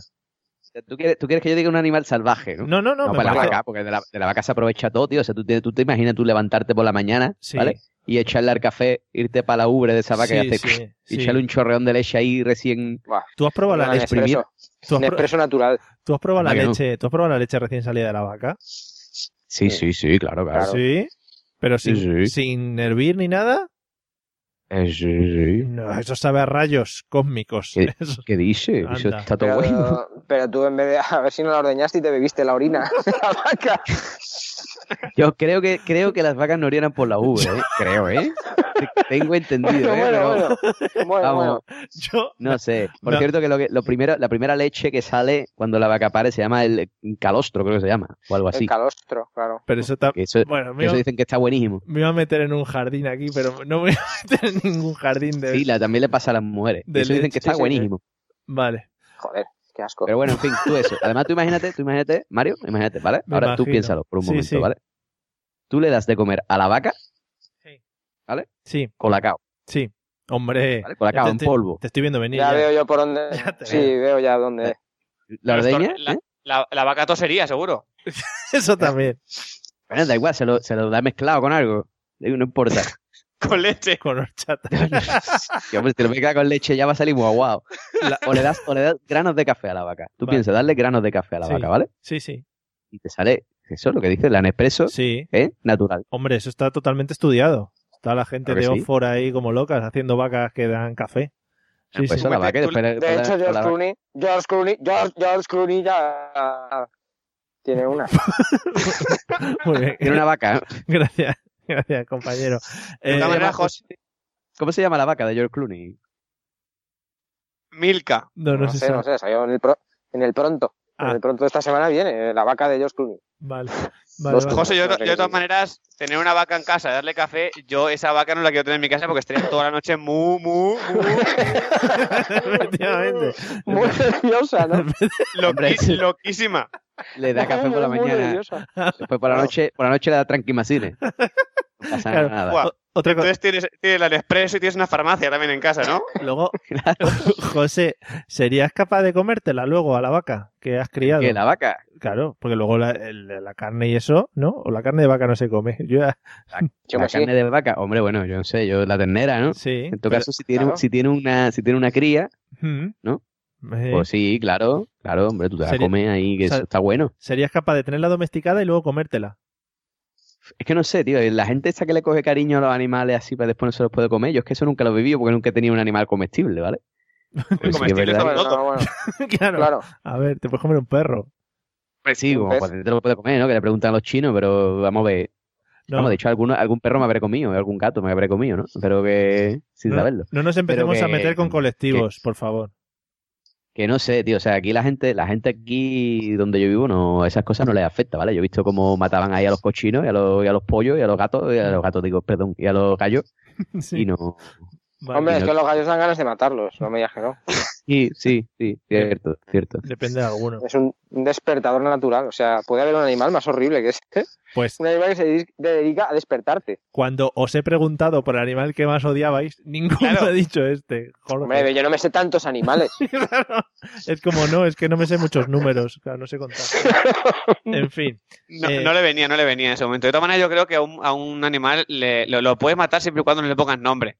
¿tú quieres, tú quieres que yo diga un animal salvaje, ¿no? No, no, no. No, me para la parece- vaca, porque de la, de la vaca se aprovecha todo, tío. O sea, tú, te- tú te imaginas tú levantarte por la mañana, Sí. ¿vale? y echarle al café, irte para la ubre de esa vaca Sí, y, hacer, sí, y sí. echarle un chorreón de leche ahí recién. Buah, ¿Tú has probado la una leche? exprimir. Nespresso, ¿Tú has, pro- Nespresso natural. tú has probado la Hombre, que no. leche? ¿Tú has probado la leche recién salida de la vaca? Sí, sí, sí, claro, claro. Claro. Sí. Pero sin, Sí, sí. sin hervir ni nada. Eh, sí, sí. No, eso sabe a rayos cósmicos. ¿Qué? <laughs> Eso- ¿Qué dice? Anda. Eso está Pero, todo bueno. pero tú en vez de a ver si no la ordeñaste y te bebiste la orina <laughs> de la vaca. <laughs> Yo creo que, creo que las vacas no orinaban por la ubre, ¿eh? <laughs> creo, ¿eh? Tengo entendido, Bueno, ¿eh? Pero- bueno, bueno. Bueno, Vamos. bueno. Yo, No sé. Por No. cierto, que, lo que lo primero, la primera leche que sale cuando la vaca pare se llama el calostro, creo que se llama, o algo así. El calostro, claro. pero eso está... Que eso, Bueno, que me eso iba, dicen que está buenísimo. me iba a meter en un jardín aquí, pero no me voy a <laughs> meter en ningún jardín de... Sí, la, también le pasa a las mujeres. De eso dicen leche, que está sí, sí, buenísimo. Vale. Joder, qué asco. Pero bueno, en fin, tú eso. Además, tú imagínate, tú imagínate, Mario, imagínate, ¿vale? Me Ahora tú imagino. piénsalo por un Sí, momento, sí. ¿vale? Tú le das de comer a la vaca Sí, colacao, sí. Hombre, ¿vale? Colacao Ya en Este te- polvo. te estoy viendo venir. ya, ya. veo yo por <laughs> dónde. Ya te Sí, veo. veo ya dónde. es. ¿La Pero esto- ordeña? la- ¿eh? La, la vaca tosería, seguro. <laughs> Eso también. Bueno, da igual, se lo, se lo da mezclado con algo. Digo, <laughs> No importa. Con leche. Con horchata. Y hombre, te lo mezclas con leche ya va a salir muy guau. La- O, le das, o le das granos de café a la vaca. Tú Vale. piensas, darle granos de café a la Sí. vaca, ¿vale? Sí, sí. Y te sale, eso es lo que dice la Nespresso, Sí. ¿eh? Natural. Hombre, eso está totalmente estudiado. Está la gente Claro de que sí. Oxford ahí como locas haciendo vacas que dan café. Sí, Pues sí. eso, la Tú vaca y metes- tú- después le- De con la- hecho, con George la- Clooney, George Clooney, George, George Clooney ya tiene <laughs> una. Muy bien. <laughs> Tiene una vaca. ¿eh? <laughs> Gracias, gracias, <laughs> compañero. De Eh, todas maneras, José, ¿Cómo se llama la vaca de George Clooney? Milka. no, no, No se sé, sabe. no sé, salió en el, pro- en el pronto. Ah. En el pronto de esta semana viene eh, la vaca de George Clooney. <laughs> Vale, vale, Dos vale. cosas. José, yo, no yo sé de qué todas decir. maneras, tener una vaca en casa, darle café, yo esa vaca no la quiero tener en mi casa porque estaría toda la noche mu, mu, mu. <laughs> Efectivamente. Muy nerviosa, ¿no? Hombre, Loqui- sí. loquísima. Le da <laughs> café por la Muy mañana. nerviosa. Después por la Claro. noche, por la noche le da <laughs> tranquimacines. No pasa Claro. nada. Buah. O- Otra cosa. Entonces tienes, tienes la Nespresso y tienes una farmacia también en casa, ¿no? <laughs> Luego, <laughs> José, ¿serías capaz de comértela luego a la vaca que has criado? Que la vaca. Claro, porque luego la, el- la carne y eso, ¿no? O la carne de vaca no se come. Yo ya- Yo la me sí. carne de vaca. Hombre, bueno, yo no sé, yo la ternera, ¿no? sí. En todo pero- caso, si tiene, claro. si tiene una, si tiene una cría, Mm. ¿no? Eh, pues sí, claro, claro, hombre, tú te la Sería- comes ahí, que o sea, eso está bueno. ¿Serías capaz de tenerla domesticada y luego comértela? Es que no sé, tío, la gente esa que le coge cariño a los animales así para después no se los puede comer, yo es que eso nunca lo he vivido porque nunca he tenido un animal comestible, ¿vale? Pero sí que es Comestible verdad sobre que- Bueno, no, bueno, claro. claro. A ver, te puedes comer un perro. Pues sí, Un como pez. cuando te lo puede comer, ¿no? Que le preguntan a los chinos, pero vamos a ver. No, Vamos, de hecho, alguno, algún perro me habré comido, algún gato me habré comido, ¿no? Pero que sin no, saberlo. no nos empecemos Pero a que- meter con colectivos, por favor. Que no sé, tío, o sea, aquí la gente, la gente aquí donde yo vivo, no, esas cosas no les afecta, ¿vale? Yo he visto cómo mataban ahí a los cochinos, y a los, y a los pollos, y a los gatos, y a los gatos, digo, perdón, y a los gallos, Sí, y no. vale. Hombre, es no- que los gallos dan ganas de matarlos, no me digas que no. Sí, sí, sí, cierto, cierto. Depende de <laughs> alguno. Es un un despertador natural. O sea, puede haber un animal más horrible que este. Pues <laughs> Un animal que se dedica- te dedica a despertarte. cuando os he preguntado por el animal que más odiabais, ninguno Claro. ha dicho este. Jorge. <laughs> Hombre, yo no me sé tantos animales. Claro. Es como, no, es que no me sé muchos números. Claro, no sé contar. En fin. No, Eh. no le venía, no le venía en ese momento. De todas maneras, yo creo que a un, a un animal le- lo, lo puedes matar siempre y cuando no le pongas nombre.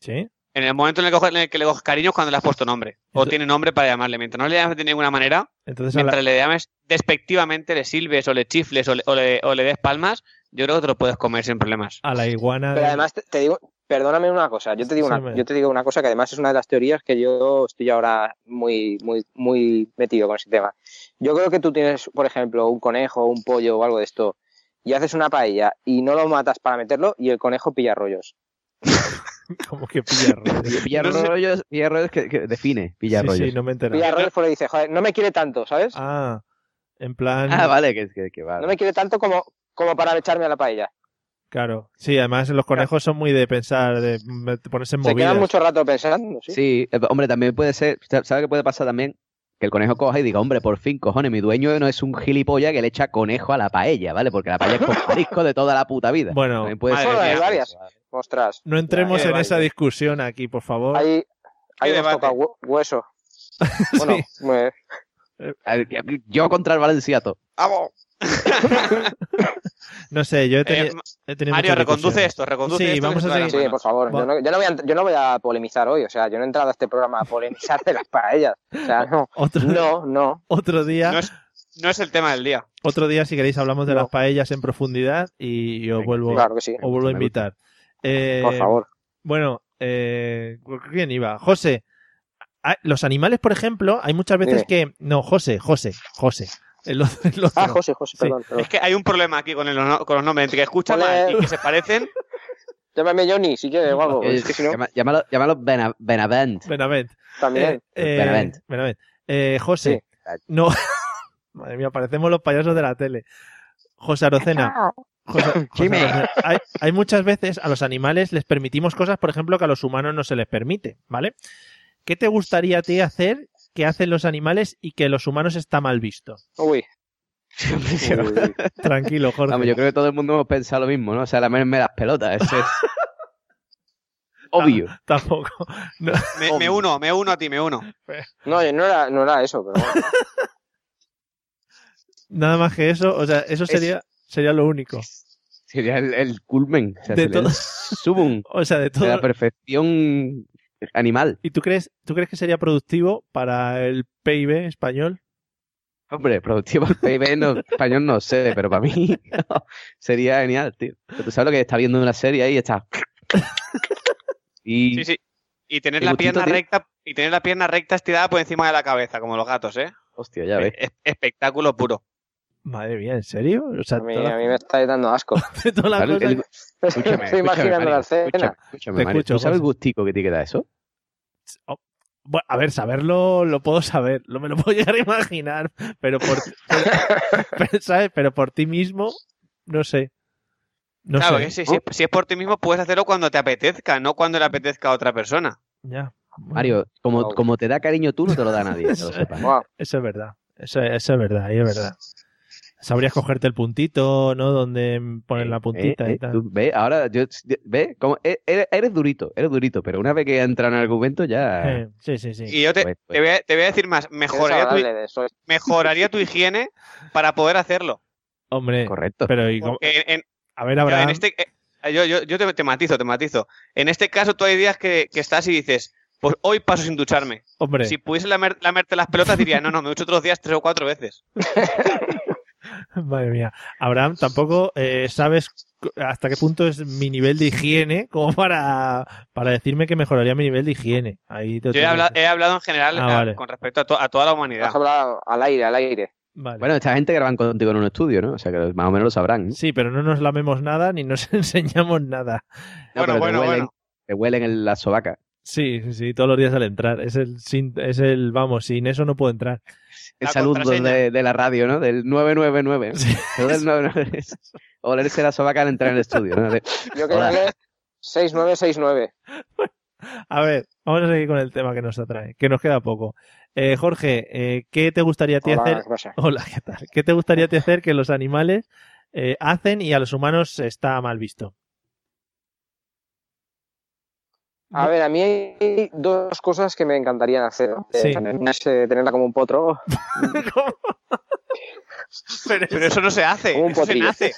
¿Sí? En el momento en el que, coges- en el que le coges cariño es cuando le has puesto nombre. O Entonces- tiene nombre para llamarle. Mientras no le llames de ninguna manera, Entonces a la- mientras le llames despectivamente, le silbes o le chifles o le, o le- o le des palmas, yo creo que te lo puedes comer sin problemas. a la iguana. Pero de- además te, te digo, perdóname una cosa, yo te digo una, Dime. yo te digo una cosa que además es una de las teorías que yo estoy ahora muy, muy, muy metido con ese tema. Yo creo que tú tienes, por ejemplo, un conejo, un pollo o algo de esto, y haces una paella y no lo matas para meterlo y el conejo pilla rollos. Como que pilla rollo. <laughs> Pi- Pillar No sé. rollos, pillar rollos que, que define, pillar sí, rollos. sí, no me he enterado. Pilla rollos porque dice, joder, no me quiere tanto, ¿sabes? Ah, en plan. Ah, vale, que, que, que No vale. me quiere tanto como, como para echarme a la paella. Claro. Sí, además los conejos son muy de pensar, de m- de ponerse en Se movidas. quedan mucho rato pensando, ¿sí? Sí, eh, hombre, también puede ser, sa- ¿sabe qué puede pasar también? Que el conejo coja y diga, hombre, por fin, cojones, mi dueño no es un gilipollas que le echa conejo a la paella, ¿vale? Porque la paella es con marisco de toda la puta vida. Bueno, También puede madre ser mía. eso, Varias. ¿vale? Ostras. No entremos Ya, en vale. esa discusión aquí, por favor. <laughs> Ahí, ahí Qué nos debate. toca hue- hueso. Bueno, me- A ver, Yo contra el Valenciato. ¡Vamos! No sé, yo he teni- Eh, he tenido. Mario, mucha reconduce discusión. esto, reconduce Sí, esto. que vamos se a te va seguir. la Sí, mano. por favor. Yo no, yo no voy a, yo no voy a polemizar hoy. O sea, yo no he entrado a este programa a polemizar de las paellas. O sea, no. Otro, No, no. <laughs> otro día, No es, no es el tema del día. otro día, si queréis, hablamos de No. las paellas en profundidad y os Venga, vuelvo, Claro que sí. os vuelvo a Me gusta. invitar. Eh, Por favor. Bueno, eh, ¿quién iba? José. Ah, Los animales, por ejemplo, hay muchas veces que. No, José, José, José. El otro- el otro. Ah, José, José, Sí. perdón. perdón. Es que hay un problema aquí con, el, con los nombres, entre que escuchan Ole. mal y que se parecen. Llámame Johnny si quieres o algo. Oye, Oh, Es que si no, llama- Llámalo, llámalo Bena- <laughs> Benavent. Benavent. <laughs> también. Eh, eh, Benavent. Benavent. Eh, José. No. <laughs> Madre mía, parecemos los payasos de la tele. José Arocena. José- José <laughs> Jimmy. Arocena. Hay, hay muchas veces a los animales les permitimos cosas, por ejemplo, que a los humanos no se les permite, ¿vale? ¿Qué te gustaría a ti hacer que hacen los animales y que los humanos está mal visto? Uy. Uy, uy, uy. Tranquilo, Jorge. <laughs> Vamos, yo creo que todo el mundo hemos pensado lo mismo, ¿no? O sea, la menos me las <laughs> pelotas, eso es. Obvio. Tampoco. Me, me uno, me uno a ti, me uno. No, yo no era, no era eso, pero bueno. Nada más que eso, o sea, eso sería, sería lo único. Sería el, el culmen. O sea, De sería el todo. Subum. <laughs> O sea, de De la todo. perfección animal. ¿Y tú crees, tú crees que sería productivo para el PIB español? Hombre, productivo <laughs> el PIB no, español no sé, pero para mí <laughs> no, sería genial, tío. Pero tú sabes lo que está viendo una serie ahí y está. <laughs> Y Sí, sí. Y tener Qué la gustito, pierna tío. recta, y tener la pierna recta estirada por encima de la cabeza, como los gatos, ¿eh? hostia, ya ves. Es- espectáculo puro. Madre mía, ¿en serio? O sea, a mí, toda- a mí me estáis dando <laughs> asco. de toda la ¿Sabes cosa- el- escúchame, <laughs> Estoy escúchame, imaginando Mario, la escena. escúchame, escúchame, Te Mario, escucho, ¿Tú sabes el José. gustico que te queda eso? Bueno, a ver, saberlo lo puedo saber, lo me lo <laughs> puedo llegar a imaginar, pero por, <laughs> pero, ¿sabes? Pero por ti mismo, no sé. No claro, sé. que si, Oh. si es- si es por ti mismo, puedes hacerlo cuando te apetezca, no cuando le apetezca a otra persona. Ya. Bueno, Mario, como, Wow. como te da cariño tú, no te lo da nadie, que lo sepas. Buah, Eso es verdad. Eso, eso es verdad, ahí es verdad. Sabrías cogerte el puntito, ¿no? Donde ponen Pues la puntita Eh, eh, y tal. tú ve, ahora, yo, ve, como, eh, eres, eres durito, eres durito, pero una vez que entra en el argumento ya... Eh, sí, sí, sí. Y yo te, pues, pues, te voy, a, te voy a decir más, qué mejoraría tu, desagradable de eso. eh. mejoraría tu higiene para poder hacerlo. Hombre, correcto. pero y cómo- Porque en- en, a ver, Claro, Abraham, en este, eh, yo yo, yo te, te matizo, te matizo. En este caso, tú hay días que, que estás y dices, pues hoy paso sin ducharme. hombre, Si pudiese lamer- lamerte las pelotas, diría, no, no, me he hecho otros días tres o cuatro veces. <laughs> madre mía. Abraham, tampoco eh, sabes cu- hasta qué punto es mi nivel de higiene como para, para decirme que mejoraría mi nivel de higiene. Ahí te lo Yo he tengo que habla- decir. he hablado en general Ah, eh, vale. con respecto a, to- a toda la humanidad. Has hablado al aire, al aire. Vale. Bueno, esta gente graban contigo en un estudio, ¿no? O sea, que más o menos lo sabrán. ¿no? Sí, pero no nos lamemos nada ni nos <laughs> enseñamos nada. No, Bueno, pero bueno, te huelen, bueno. Te huelen en la sobaca. Sí, sí, sí, todos los días al entrar. Es el, sin- es el vamos, sin eso no puedo entrar. El La saludo contraseña. de, de la radio, ¿no? Del 999. ¿no? Sí. Saludo <laughs> del 999. Olerse la sobaca al entrar en el estudio, ¿no? De- Yo Hola. quería leer 6969. A ver, vamos a seguir con el tema que nos atrae, que nos queda poco. Eh, Jorge, eh, ¿qué te gustaría a ti Hola, hacer? <laughs> ¿qué pasa? Hola, ¿qué tal? ¿Qué te gustaría a ti hacer que los animales eh, hacen y a los humanos está mal visto? A ver, a mí hay dos cosas que me encantarían hacer. Sí. Eh, Una es eh, tenerla como un potro. <laughs> Pero, eso no se hace, Como un eso se potrillo. nace.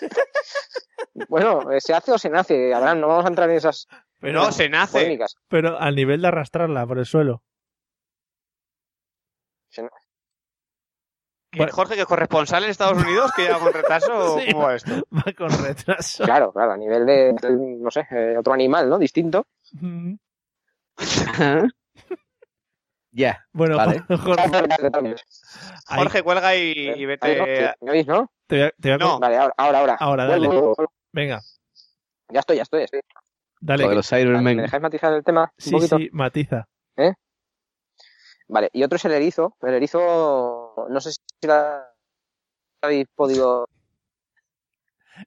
Bueno, eh, ¿se hace o se nace? Abraham, no vamos a entrar en esas Pero, No, se nace. polémicas. pero al nivel de arrastrarla por el suelo. <laughs> Que Jorge, que es corresponsal en Estados Unidos, que lleva con retraso, Sí. ¿cómo va esto? Va con retraso. Claro, claro, a nivel de, de, no sé, eh, otro animal, ¿no? <laughs> Distinto. Mm. Ajá. Ya. Bueno, Vale. <laughs> Jorge, ahí Jorge, cuelga y, y vete. ¿Me oís, Eh, no? te voy a- te voy a- No. Vale, ahora, ahora. Ahora, Ahora, Vuelvo, dale. vuelvo, vuelvo. Venga, Ya estoy, ya estoy. estoy. dale. Lo de los Vale, Cybermen. ¿Me dejáis matizar el tema un Sí, poquito? sí, matiza. Vale, y otro es el erizo. El erizo, no sé si la habéis podido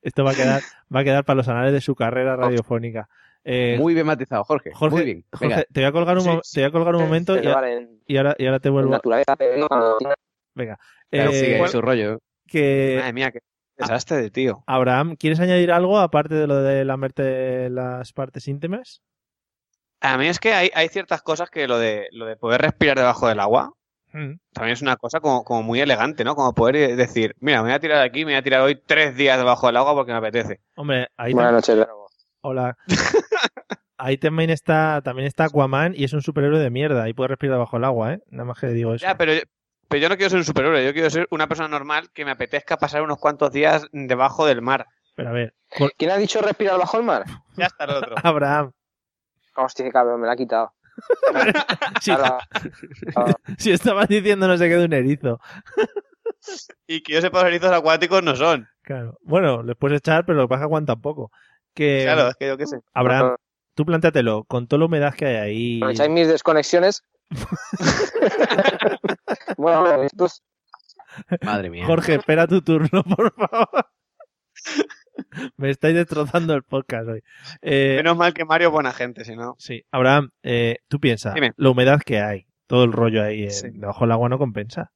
Esto va a quedar, <laughs> va a quedar para los anales de su carrera radiofónica. Eh, Muy bien matizado, Jorge. Jorge, Muy bien. Venga. Jorge, eh, te voy a colgar un, Sí, mo- te voy a colgar un momento y, a- observar en, y ahora, y ahora te en vuelvo. a- naturaleza. pero cuando- Claro, Eh, sigue ¿cuál- su rollo. que Madre mía, qué ah. desastre de tío. Abraham, ¿quieres añadir algo aparte de lo de lamerte las partes íntimas? A mí es que hay, hay ciertas cosas que lo de, lo de poder respirar debajo del agua, Mm. También es una cosa como, como muy elegante, ¿no? Como poder eh, decir, mira, me voy a tirar aquí, me voy a tirar hoy tres días debajo del agua porque me apetece. Hombre, ahí Buenas noches, Drago. Hola. <laughs> Ahí también está, también está Aquaman y es un superhéroe de mierda y puede respirar bajo el agua, ¿eh? Nada más que digo eso. Ya, pero, pero yo no quiero ser un superhéroe, yo quiero ser una persona normal que me apetezca pasar unos cuantos días debajo del mar. Pero a ver, <laughs> ¿Quién ha dicho respirar bajo el mar? Ya está el otro. Abraham, Hostia, qué cabrón, me la ha <laughs> quitado. si, Ahora- ahora- <laughs> si estabas diciendo no sé qué de un erizo. Y que yo sepa, los erizos acuáticos no son. Claro. Bueno, les puedes echar, pero lo que pasa es que aguantan poco. Que Claro, es que yo qué sé. Abraham, tú plántatelo, con toda la humedad que hay ahí. Aprovecháis mis desconexiones. bueno, pues, bueno, estos- Madre mía. Jorge, espera tu turno, <laughs> por favor. Me estáis destrozando el podcast hoy. Eh, Menos mal que Mario es buena gente, si no. Sí, Abraham, eh, tú piensas, Dime. la humedad que hay, todo el rollo ahí eh, Sí. debajo del agua no compensa.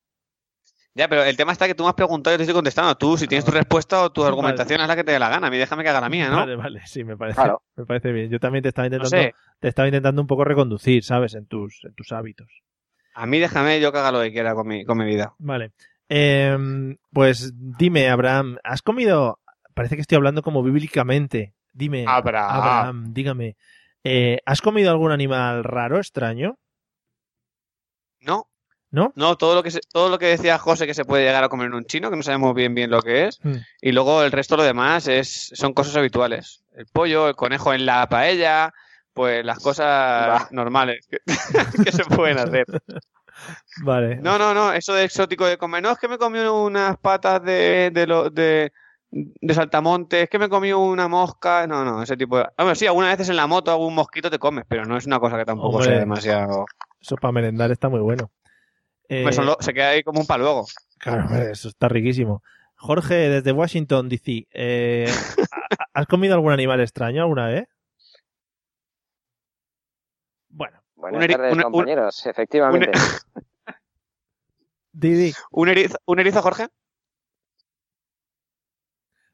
Ya, pero el tema está que tú me has preguntado y yo te estoy contestando. Tú, si tienes tu respuesta o tu Vale. argumentación, es la que te dé la gana. A mí déjame que haga la mía, ¿no? Vale, vale, sí, me parece, Claro. <laughs> me parece bien. Yo también te estaba no intentando, sé. te estaba intentando un poco reconducir, ¿sabes? En tus, en tus hábitos. A mí déjame yo que haga lo que quiera con mi, con mi vida. Vale. Em, pues dime, Abraham, ¿has comido? Parece que estoy hablando como bíblicamente. Dime, Habrá. Abraham, dígame, eh, ¿has comido algún animal raro, extraño? No. ¿No? No, todo lo que se- todo lo que decía José que se puede llegar a comer en un chino, que no sabemos bien bien lo que es, Hmm. y luego el resto de lo demás es son cosas habituales. El pollo, el conejo en la paella, pues las cosas Bah. normales que, <laughs> que se pueden hacer. Vale. No, no, no, eso de exótico de comer, no, es que me comí unas patas de de lo- de de saltamontes, es que me comí una mosca, no, no, ese tipo de... Ah, bueno, sí, algunas veces en la moto algún mosquito te comes, pero no es una cosa que tampoco Hombre. sea demasiado... Eso para merendar está muy bueno. Eh, Pues son lo- se queda ahí como un paluego. Claro, hombre, eso está riquísimo. Jorge, desde Washington, D.C., eh, ¿ha- ¿has comido algún animal extraño alguna vez? Bueno, Buenas Un eri- tardes, un- un- compañeros. Efectivamente. Didi. ¿Un erizo, un erizo, Jorge?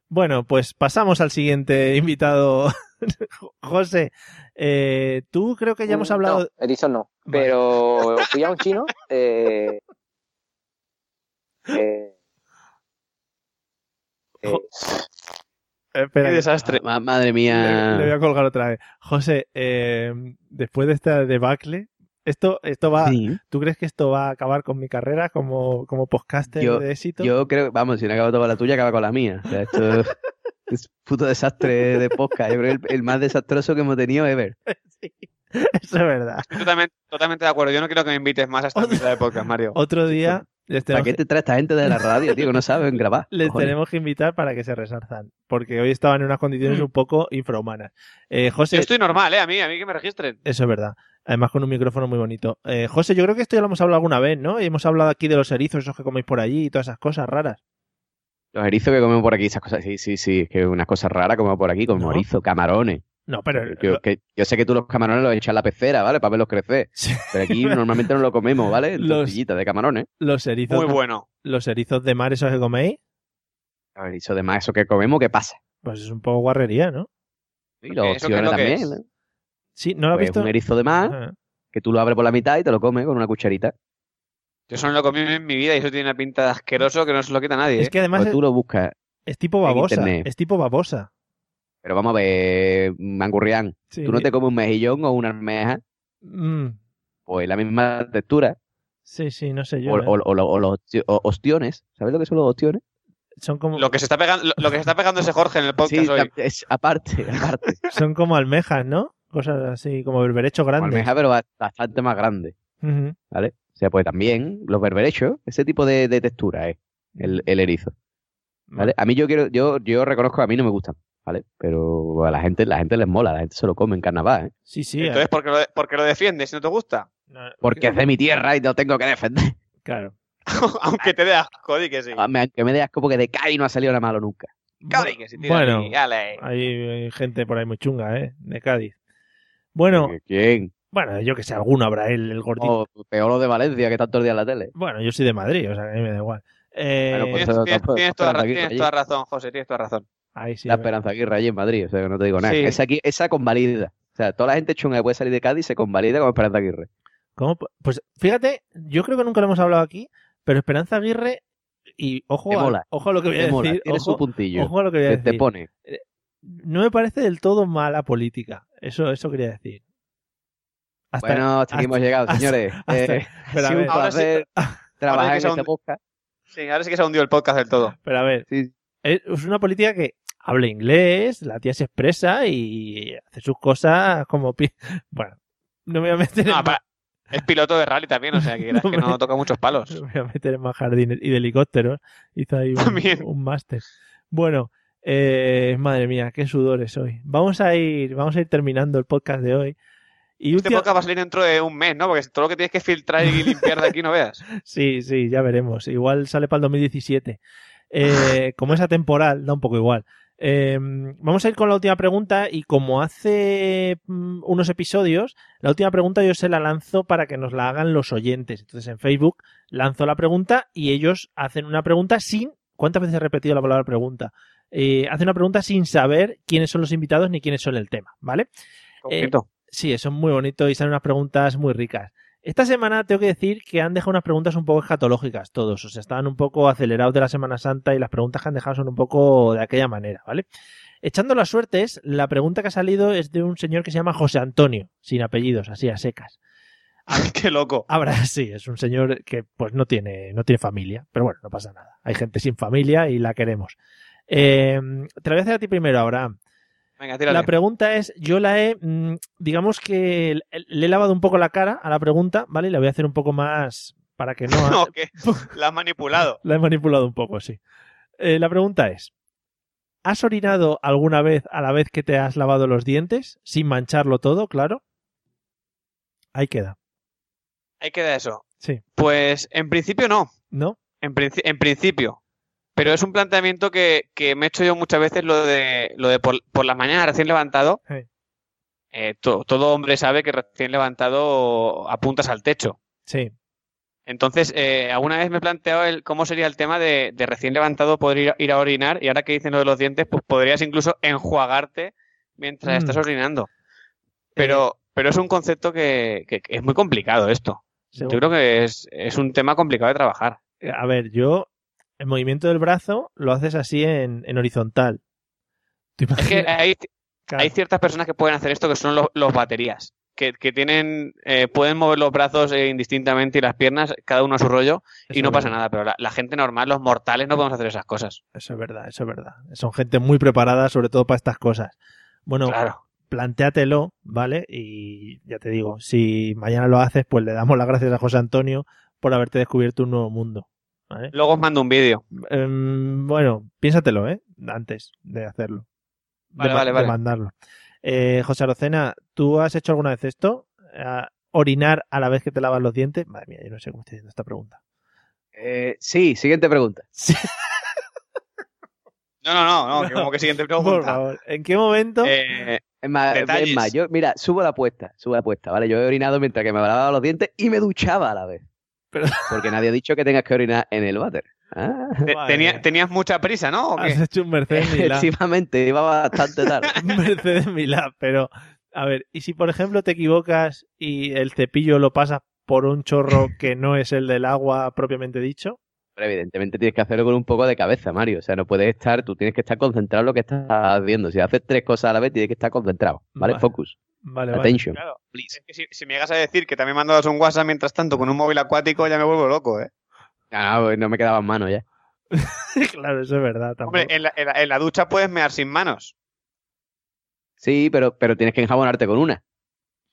Bueno, pues pasamos al siguiente invitado. <laughs> José, eh, tú creo que ya hemos Mm, hablado... No, erizo no. Vale. Pero fui a un chino. <laughs> Eh, eh, eh, Eh, Espera, que- desastre. Ma- madre le, le voy mía. a colgar otra vez. José, eh, después de esta debacle, esto, esto va, Sí. ¿tú crees que esto va a acabar con mi carrera como, como podcaster Yo- de éxito? Yo creo, vamos, si no acaba toda la tuya, acaba con la mía. O sea, esto es puto desastre de podcast. Yo creo que el, el más desastroso que hemos tenido ever. <laughs> Eso es verdad. Estoy totalmente, totalmente de acuerdo. Yo no quiero que me invites más a esta mierda de podcast, Mario. Otro día les ¿Para tenemos, qué que, te trae esta gente de la radio, tío? que No saben grabar. les cojones? tenemos que invitar para que se resarzan. Porque hoy estaban en unas condiciones Mm. un poco infrahumanas. Eh, José, Yo estoy normal, ¿eh? A mí, a mí que me registren. eso es verdad. Además con un micrófono muy bonito. Eh, José, yo creo que esto ya lo hemos hablado alguna vez, ¿no? Y hemos hablado aquí de los erizos, esos que coméis por allí y todas esas cosas raras. Los erizos que comemos por aquí, esas cosas. Sí, sí, sí. Es que una cosa rara comemos por aquí, como No. erizo, camarones. No, pero... Yo, que- yo sé que tú los camarones los echas a la pecera, ¿vale? Para verlos crecer. <laughs> Sí. Pero aquí normalmente no lo comemos, ¿vale? En Los- tortillitas de camarones. Los erizos, Muy bueno. los erizos de mar, esos que coméis, Los erizos de más, eso que comemos, ¿qué pasa? pues es un poco guarrería, ¿no? Y los ¿Eso qué es opciones lo que también. es? ¿eh? ¿no? Sí, ¿no lo has Pues visto? un erizo de mar Ah, que tú lo abres por la mitad y te lo comes con una cucharita. Yo eso no lo comí en mi vida y eso tiene una pinta de asqueroso que no se lo quita nadie. Es ¿eh? que además O es, pues tú lo buscas. es tipo en babosa. internet. Es tipo babosa. Pero vamos a ver, Mangurrián, Sí. tú no te comes un mejillón o una almeja, Mm, pues la misma textura. sí, sí, no sé yo. O, ¿eh? o- o lo- o los osti- o- ostiones, ¿sabes lo que son los ostiones? Son como... Lo que se está pegando, lo, lo que se está pegando ese Jorge en el podcast Sí, hoy. tam- es aparte, <laughs> aparte. Son como almejas, ¿no? Cosas así, como berberechos Como grandes. almeja, pero ba- bastante más grande, Ujú. ¿vale? O sea, pues también los berberechos, ese tipo de, de textura es el, el erizo, ¿vale? A mí yo quiero, yo, yo reconozco que a mí no me gustan, ¿vale? Pero a la gente, la gente les mola, la gente se lo come en carnaval, ¿eh? Sí, sí. Entonces, ¿por qué, lo, por qué lo defiendes si no te gusta? <laughs> eh, no, Porque es de mi tierra y lo tengo que defender. <laughs> Claro. Aunque te dé asco, di que sí. Aunque me dé asco porque de Cádiz no ha salido nada malo nunca. Claro, di que sí, tira Ah, bueno, ahí, ale. hay, hay gente por ahí muy chunga, ¿eh? De Cádiz. Bueno, ¿Quién? bueno, yo que sé, alguno habrá el, el gordito. O peor lo de Valencia, que tanto el día en la tele. Bueno, yo soy de Madrid, o sea, que a mí me da igual. Eh, Bueno, pues- Tienes, eso tienes- tampoco- tienes toda, ra- tampoco tienes allí. toda razón, José, tienes toda razón. ahí sí. la Esperanza Aguirre allí en Madrid, o sea, que no te digo nada. Sí. Esa, aquí, esa convalida. O sea, toda la gente chunga que puede salir de Cádiz se convalida con Esperanza Aguirre. ¿Cómo po- Pues fíjate, yo creo que nunca lo hemos hablado aquí, pero Esperanza Aguirre, y ojo, Te a, mola, ojo a lo que voy a Te mola, decir, tiene su ojo, puntillo. ojo a lo que voy a te, decir. te pone. No me parece del todo mala política. Eso, eso quería decir. Hasta, bueno, hasta hasta- aquí hemos llegado, hasta- señores. hasta- <laughs> Eh, <laughs> pero, ha a sido un ver, Ahora sí- placer trabajar ahora en sí que esta son- podcast. Sí, ahora sí que se ha hundido el podcast del todo. pero a ver, Sí. es es una política que habla inglés, la tía se expresa y hace sus cosas como... pi- <laughs> Bueno, no me voy a meter en <laughs> No, pa- es piloto de rally también, o sea, que, quieras que no toca muchos palos. Me voy a meter en más jardines y de helicópteros. Hizo ahí También. un, un máster. Bueno, eh, madre mía, qué sudores hoy. Vamos a ir, vamos a ir terminando el podcast de hoy. Y Este última- podcast va a salir dentro de un mes, ¿no? Porque todo lo que tienes que filtrar y limpiar de aquí <laughs> no veas. Eh, Sí, sí, ya veremos. Igual sale para el 2017. Eh, como es atemporal, da un poco igual. Eh, vamos a ir con la última pregunta y como hace mm, unos episodios, la última pregunta yo se la lanzo para que nos la hagan los oyentes. Entonces en Facebook lanzo la pregunta y ellos hacen una pregunta sin... ¿Cuántas veces he repetido la palabra pregunta? Eh, hacen una pregunta sin saber quiénes son los invitados ni quiénes son el tema, ¿vale? Completo. Eh, Sí, son muy bonitos y salen unas preguntas muy ricas. Esta semana tengo que decir que han dejado unas preguntas un poco escatológicas todos. O sea, estaban un poco acelerados de la Semana Santa y las preguntas que han dejado son un poco de aquella manera, ¿vale? Echando las suertes, la pregunta que ha salido es de un señor que se llama José Antonio, sin apellidos, así a secas. <laughs> Qué loco. Ahora <laughs> sí, es un señor que pues no tiene, no tiene familia, pero bueno, no pasa nada. Hay gente sin familia y la queremos. Eh, te la voy a hacer a ti primero, Abraham. Venga, tírale. La pregunta es, yo la he, mm, digamos que l- le he lavado un poco la cara a la pregunta, ¿vale? Y la voy a hacer un poco más para <laughs> que no... <laughs> <laughs> No, que la has manipulado. La he manipulado un poco, sí. Eh, la pregunta es, ¿has orinado alguna vez a la vez que te has lavado los dientes? Sin mancharlo todo, claro. Ahí queda, Ahí queda eso. Sí. Pues en principio no. ¿no? En, princi- en principio. Pero es un planteamiento que, que me he hecho yo muchas veces lo de, lo de por, por las mañanas recién levantado. Sí. Eh, to- todo hombre sabe que recién levantado apuntas al techo. Sí. Entonces, eh, alguna vez me he planteado el, cómo sería el tema de, de recién levantado poder ir a, ir a orinar y ahora que dicen lo de los dientes, pues podrías incluso enjuagarte mientras Mm. Eh. estás orinando. Pero, pero es un concepto que, que- que es muy complicado esto. Yo creo que es, es un tema complicado de trabajar. A ver, yo, el movimiento del brazo lo haces así en, en horizontal. ¿Te Es que eh, imaginas? hay, Claro. hay ciertas personas que pueden hacer esto que son los, los baterías, que, que tienen, eh, pueden mover los brazos eh, indistintamente y las piernas, cada uno a su rollo, y Eso no es pasa verdad. nada. Pero la, la gente normal, los mortales, no podemos hacer esas cosas. Eso es verdad, eso es verdad. Son gente muy preparada, sobre todo para estas cosas. Bueno, Claro. plantéatelo, ¿vale? Y ya te digo, si mañana lo haces, pues le damos las gracias a José Antonio por haberte descubierto un nuevo mundo. ¿vale? Luego os mando un vídeo. Em, bueno, piénsatelo, ¿eh? Antes de hacerlo. Vale, de, ma- vale, de vale. mandarlo. Eh, José Arocena, ¿tú has hecho alguna vez esto? Eh, ¿Orinar a la vez que te lavas los dientes? Madre mía, yo no sé cómo estoy haciendo esta pregunta. Eh, sí, siguiente pregunta. No, no, no, no, que No. <laughs> como que siguiente Por pregunta. favor, ¿en qué momento? Eh, Es más, Detalles. es más, yo, mira, subo la apuesta, subo la apuesta, ¿vale? Yo he orinado mientras que me lavaba los dientes y me duchaba a la vez. Pero- Porque nadie ha dicho que tengas que orinar en el váter. Ah, te- Madre tenía- mía. tenías mucha prisa, ¿no? ¿O qué? Has hecho un <laughs> Mercedes <laughs> Milán. efectivamente, iba bastante tarde. Un <laughs> Mercedes Milán, pero a ver, y si por ejemplo te equivocas y el cepillo lo pasas por un <laughs> chorro que no es el del agua propiamente dicho, Pero evidentemente tienes que hacerlo con un poco de cabeza, Mario. O sea, no puedes estar, tú tienes que estar concentrado en lo que estás haciendo. Si haces tres cosas a la vez, tienes que estar concentrado, ¿vale? Vale. Focus, vale, vale. attention. Claro. Es que si, si me llegas a decir que también mandabas un WhatsApp mientras tanto con un móvil acuático, ya me vuelvo loco, ¿eh? Ah, no, no me quedaban manos ya. <laughs> claro, eso es verdad. tampoco- Hombre, en la, en la- en la ducha puedes mear sin manos. Sí, pero, pero tienes que enjabonarte con una.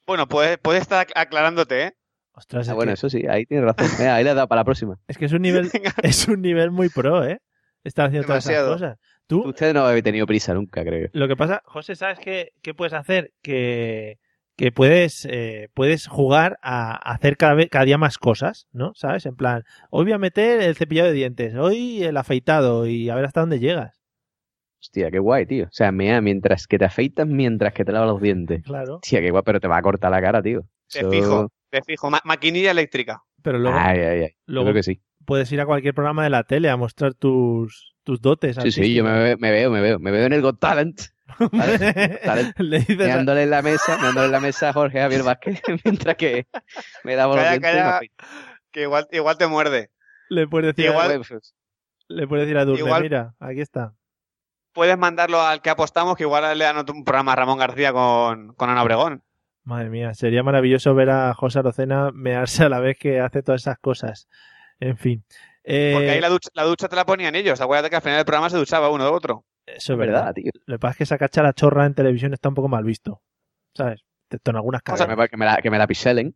Bueno, puedes, puedes estar aclarándote, ¿eh? Ostras, Ah, es, bueno, que, eso sí, ahí tienes <laughs> razón. Eh, ahí le he dado para la próxima. es que es un nivel, <laughs> es un nivel muy pro, ¿eh? Está haciendo Demasiado. todas esas cosas. Tú, Usted no había tenido prisa nunca, creo. lo que pasa, José, ¿sabes qué, qué puedes hacer? Que, que puedes, eh, puedes jugar a hacer cada, vez, cada día más cosas, ¿no? ¿Sabes? En plan, hoy voy a meter el cepillado de dientes, hoy el afeitado y a ver hasta dónde llegas. Hostia, qué guay, tío. O sea, mea mientras que te afeitas, mientras que te lavas los dientes. Claro. Hostia, qué guay, pero te va a cortar la cara, tío. Te Eso- fijo, te fijo. Ma- maquinilla eléctrica. Pero luego, Ay, ay, ay. Ah, Yo luego creo que sí. puedes ir a cualquier programa de la tele a mostrar tus, tus dotes. Sí, sí, yo me, ve- me veo, me veo, me veo en el Got Talent. <laughs> artísticas. Talent. Le dices a- Meándole en la mesa, meándole en la mesa a Jorge Javier Vázquez <laughs> mientras que me daba los Calla, dientes y me calla. peinaba. Que igual, igual te muerde. le puedes decir, Igual- Pues, a, le puedes decir a Durne, igual- mira, aquí está. Puedes mandarlo al que apostamos, que igual le dan otro- un programa a Ramón García con, con Ana Obregón. Madre mía, sería maravilloso ver a José Arocena mearse a la vez que hace todas esas cosas. En fin. Eh, Porque ahí la ducha, la ducha te la ponían ellos. Acuérdate que al final del programa se duchaba uno de otro. Eso es es verdad. verdad, tío. Lo que pasa es que esa cacha la chorra en televisión está un poco mal visto. ¿Sabes? Excepto en algunas O sea, casas. <laughs> me- que, me la, que me la piselen.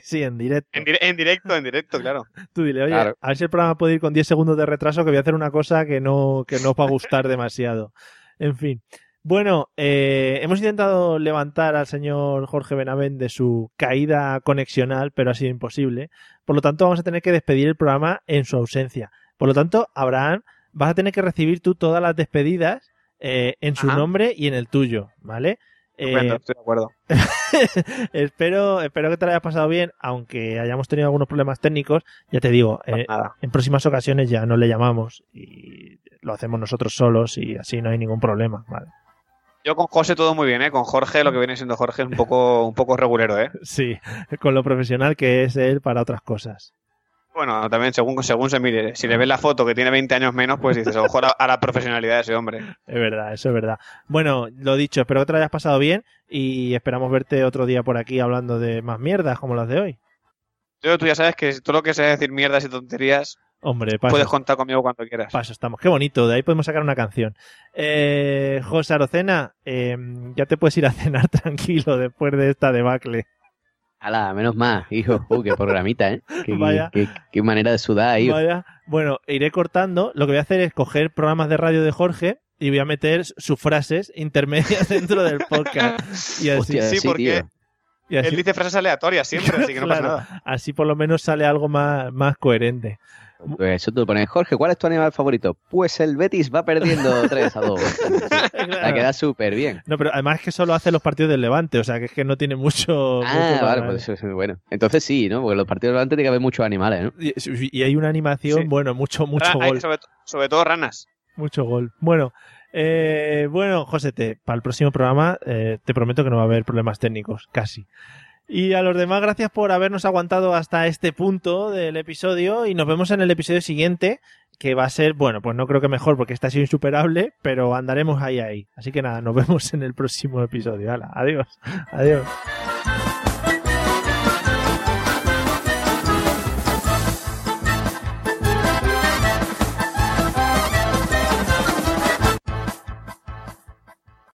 sí, en directo. En, dire- en directo, en directo, claro. Tú dile, oye, Claro. a ver si el programa puede ir con 10 segundos de retraso, que voy a hacer una cosa que no, que no os va a gustar demasiado. En fin. Bueno, eh, hemos intentado levantar al señor Jorge Benavent de su caída conexional, pero ha sido imposible. Por lo tanto, vamos a tener que despedir el programa en su ausencia. Por lo tanto, Abraham, vas a tener que recibir tú todas las despedidas eh, en su Ajá. nombre y en el tuyo, ¿vale? Eh, Estupendo, estoy de acuerdo. <laughs> espero, espero que te lo hayas pasado bien, aunque hayamos tenido algunos problemas técnicos. Ya te digo, Pues eh, nada. en próximas ocasiones ya no le llamamos y lo hacemos nosotros solos y así no hay ningún problema. Vale. Yo con José todo muy bien, ¿eh? Con Jorge, lo que viene siendo Jorge es un poco, un poco regulero, ¿eh? Sí, con lo profesional que es él para otras cosas. Bueno, también según, según se mire. Si le ves la foto que tiene 20 años menos, pues dices, ojo a la, a la profesionalidad de ese hombre. Es verdad, eso es verdad. Bueno, lo dicho, espero que te lo hayas pasado bien y esperamos verte otro día por aquí hablando de más mierdas como las de hoy. Yo, tú ya sabes que todo lo que sea decir mierdas y tonterías, Hombre, paso, puedes contar conmigo cuando quieras. paso estamos. Qué bonito, de ahí podemos sacar una canción. Eh, José Arocena, eh, ya te puedes ir a <laughs> cenar tranquilo después de esta debacle. Ala, menos más, hijo. Uh, qué programita, ¿eh? Qué, Vaya. qué- qué manera de sudar, hijo. Vaya. Bueno, iré cortando. Lo que voy a hacer es coger programas de radio de Jorge y voy a meter sus frases intermedias <laughs> dentro del podcast. Y así, Hostia, sí, sí, porque- tío. y así- Él dice frases aleatorias siempre, así que no Claro, pasa nada. así por lo menos sale algo más, más <laughs> coherente. Pues eso tú pones, Jorge, ¿cuál es tu animal favorito? Pues el Betis <laughs> va perdiendo 3 a 2. La Claro. queda súper bien. No, pero además que solo hace los partidos del Levante, o sea que es que no tiene mucho. Ah, mucho vale, para- pues eso es muy bueno. Entonces sí, ¿no? Porque los partidos de delante tiene que haber muchos animales, ¿no? Y, y hay una animación, Sí. bueno, mucho, mucho Ah, hay gol. sobre, to- sobre todo ranas. Mucho gol. Bueno, eh, bueno, José, te- para el próximo programa eh, te prometo que no va a haber problemas técnicos, casi. Y a los demás, gracias por habernos aguantado hasta este punto del episodio y nos vemos en el episodio siguiente, que va a ser, bueno, pues no creo que mejor porque está sido insuperable, <laughs> pero andaremos ahí ahí. Así que nada, nos vemos en el próximo episodio. Hala, adiós, adiós.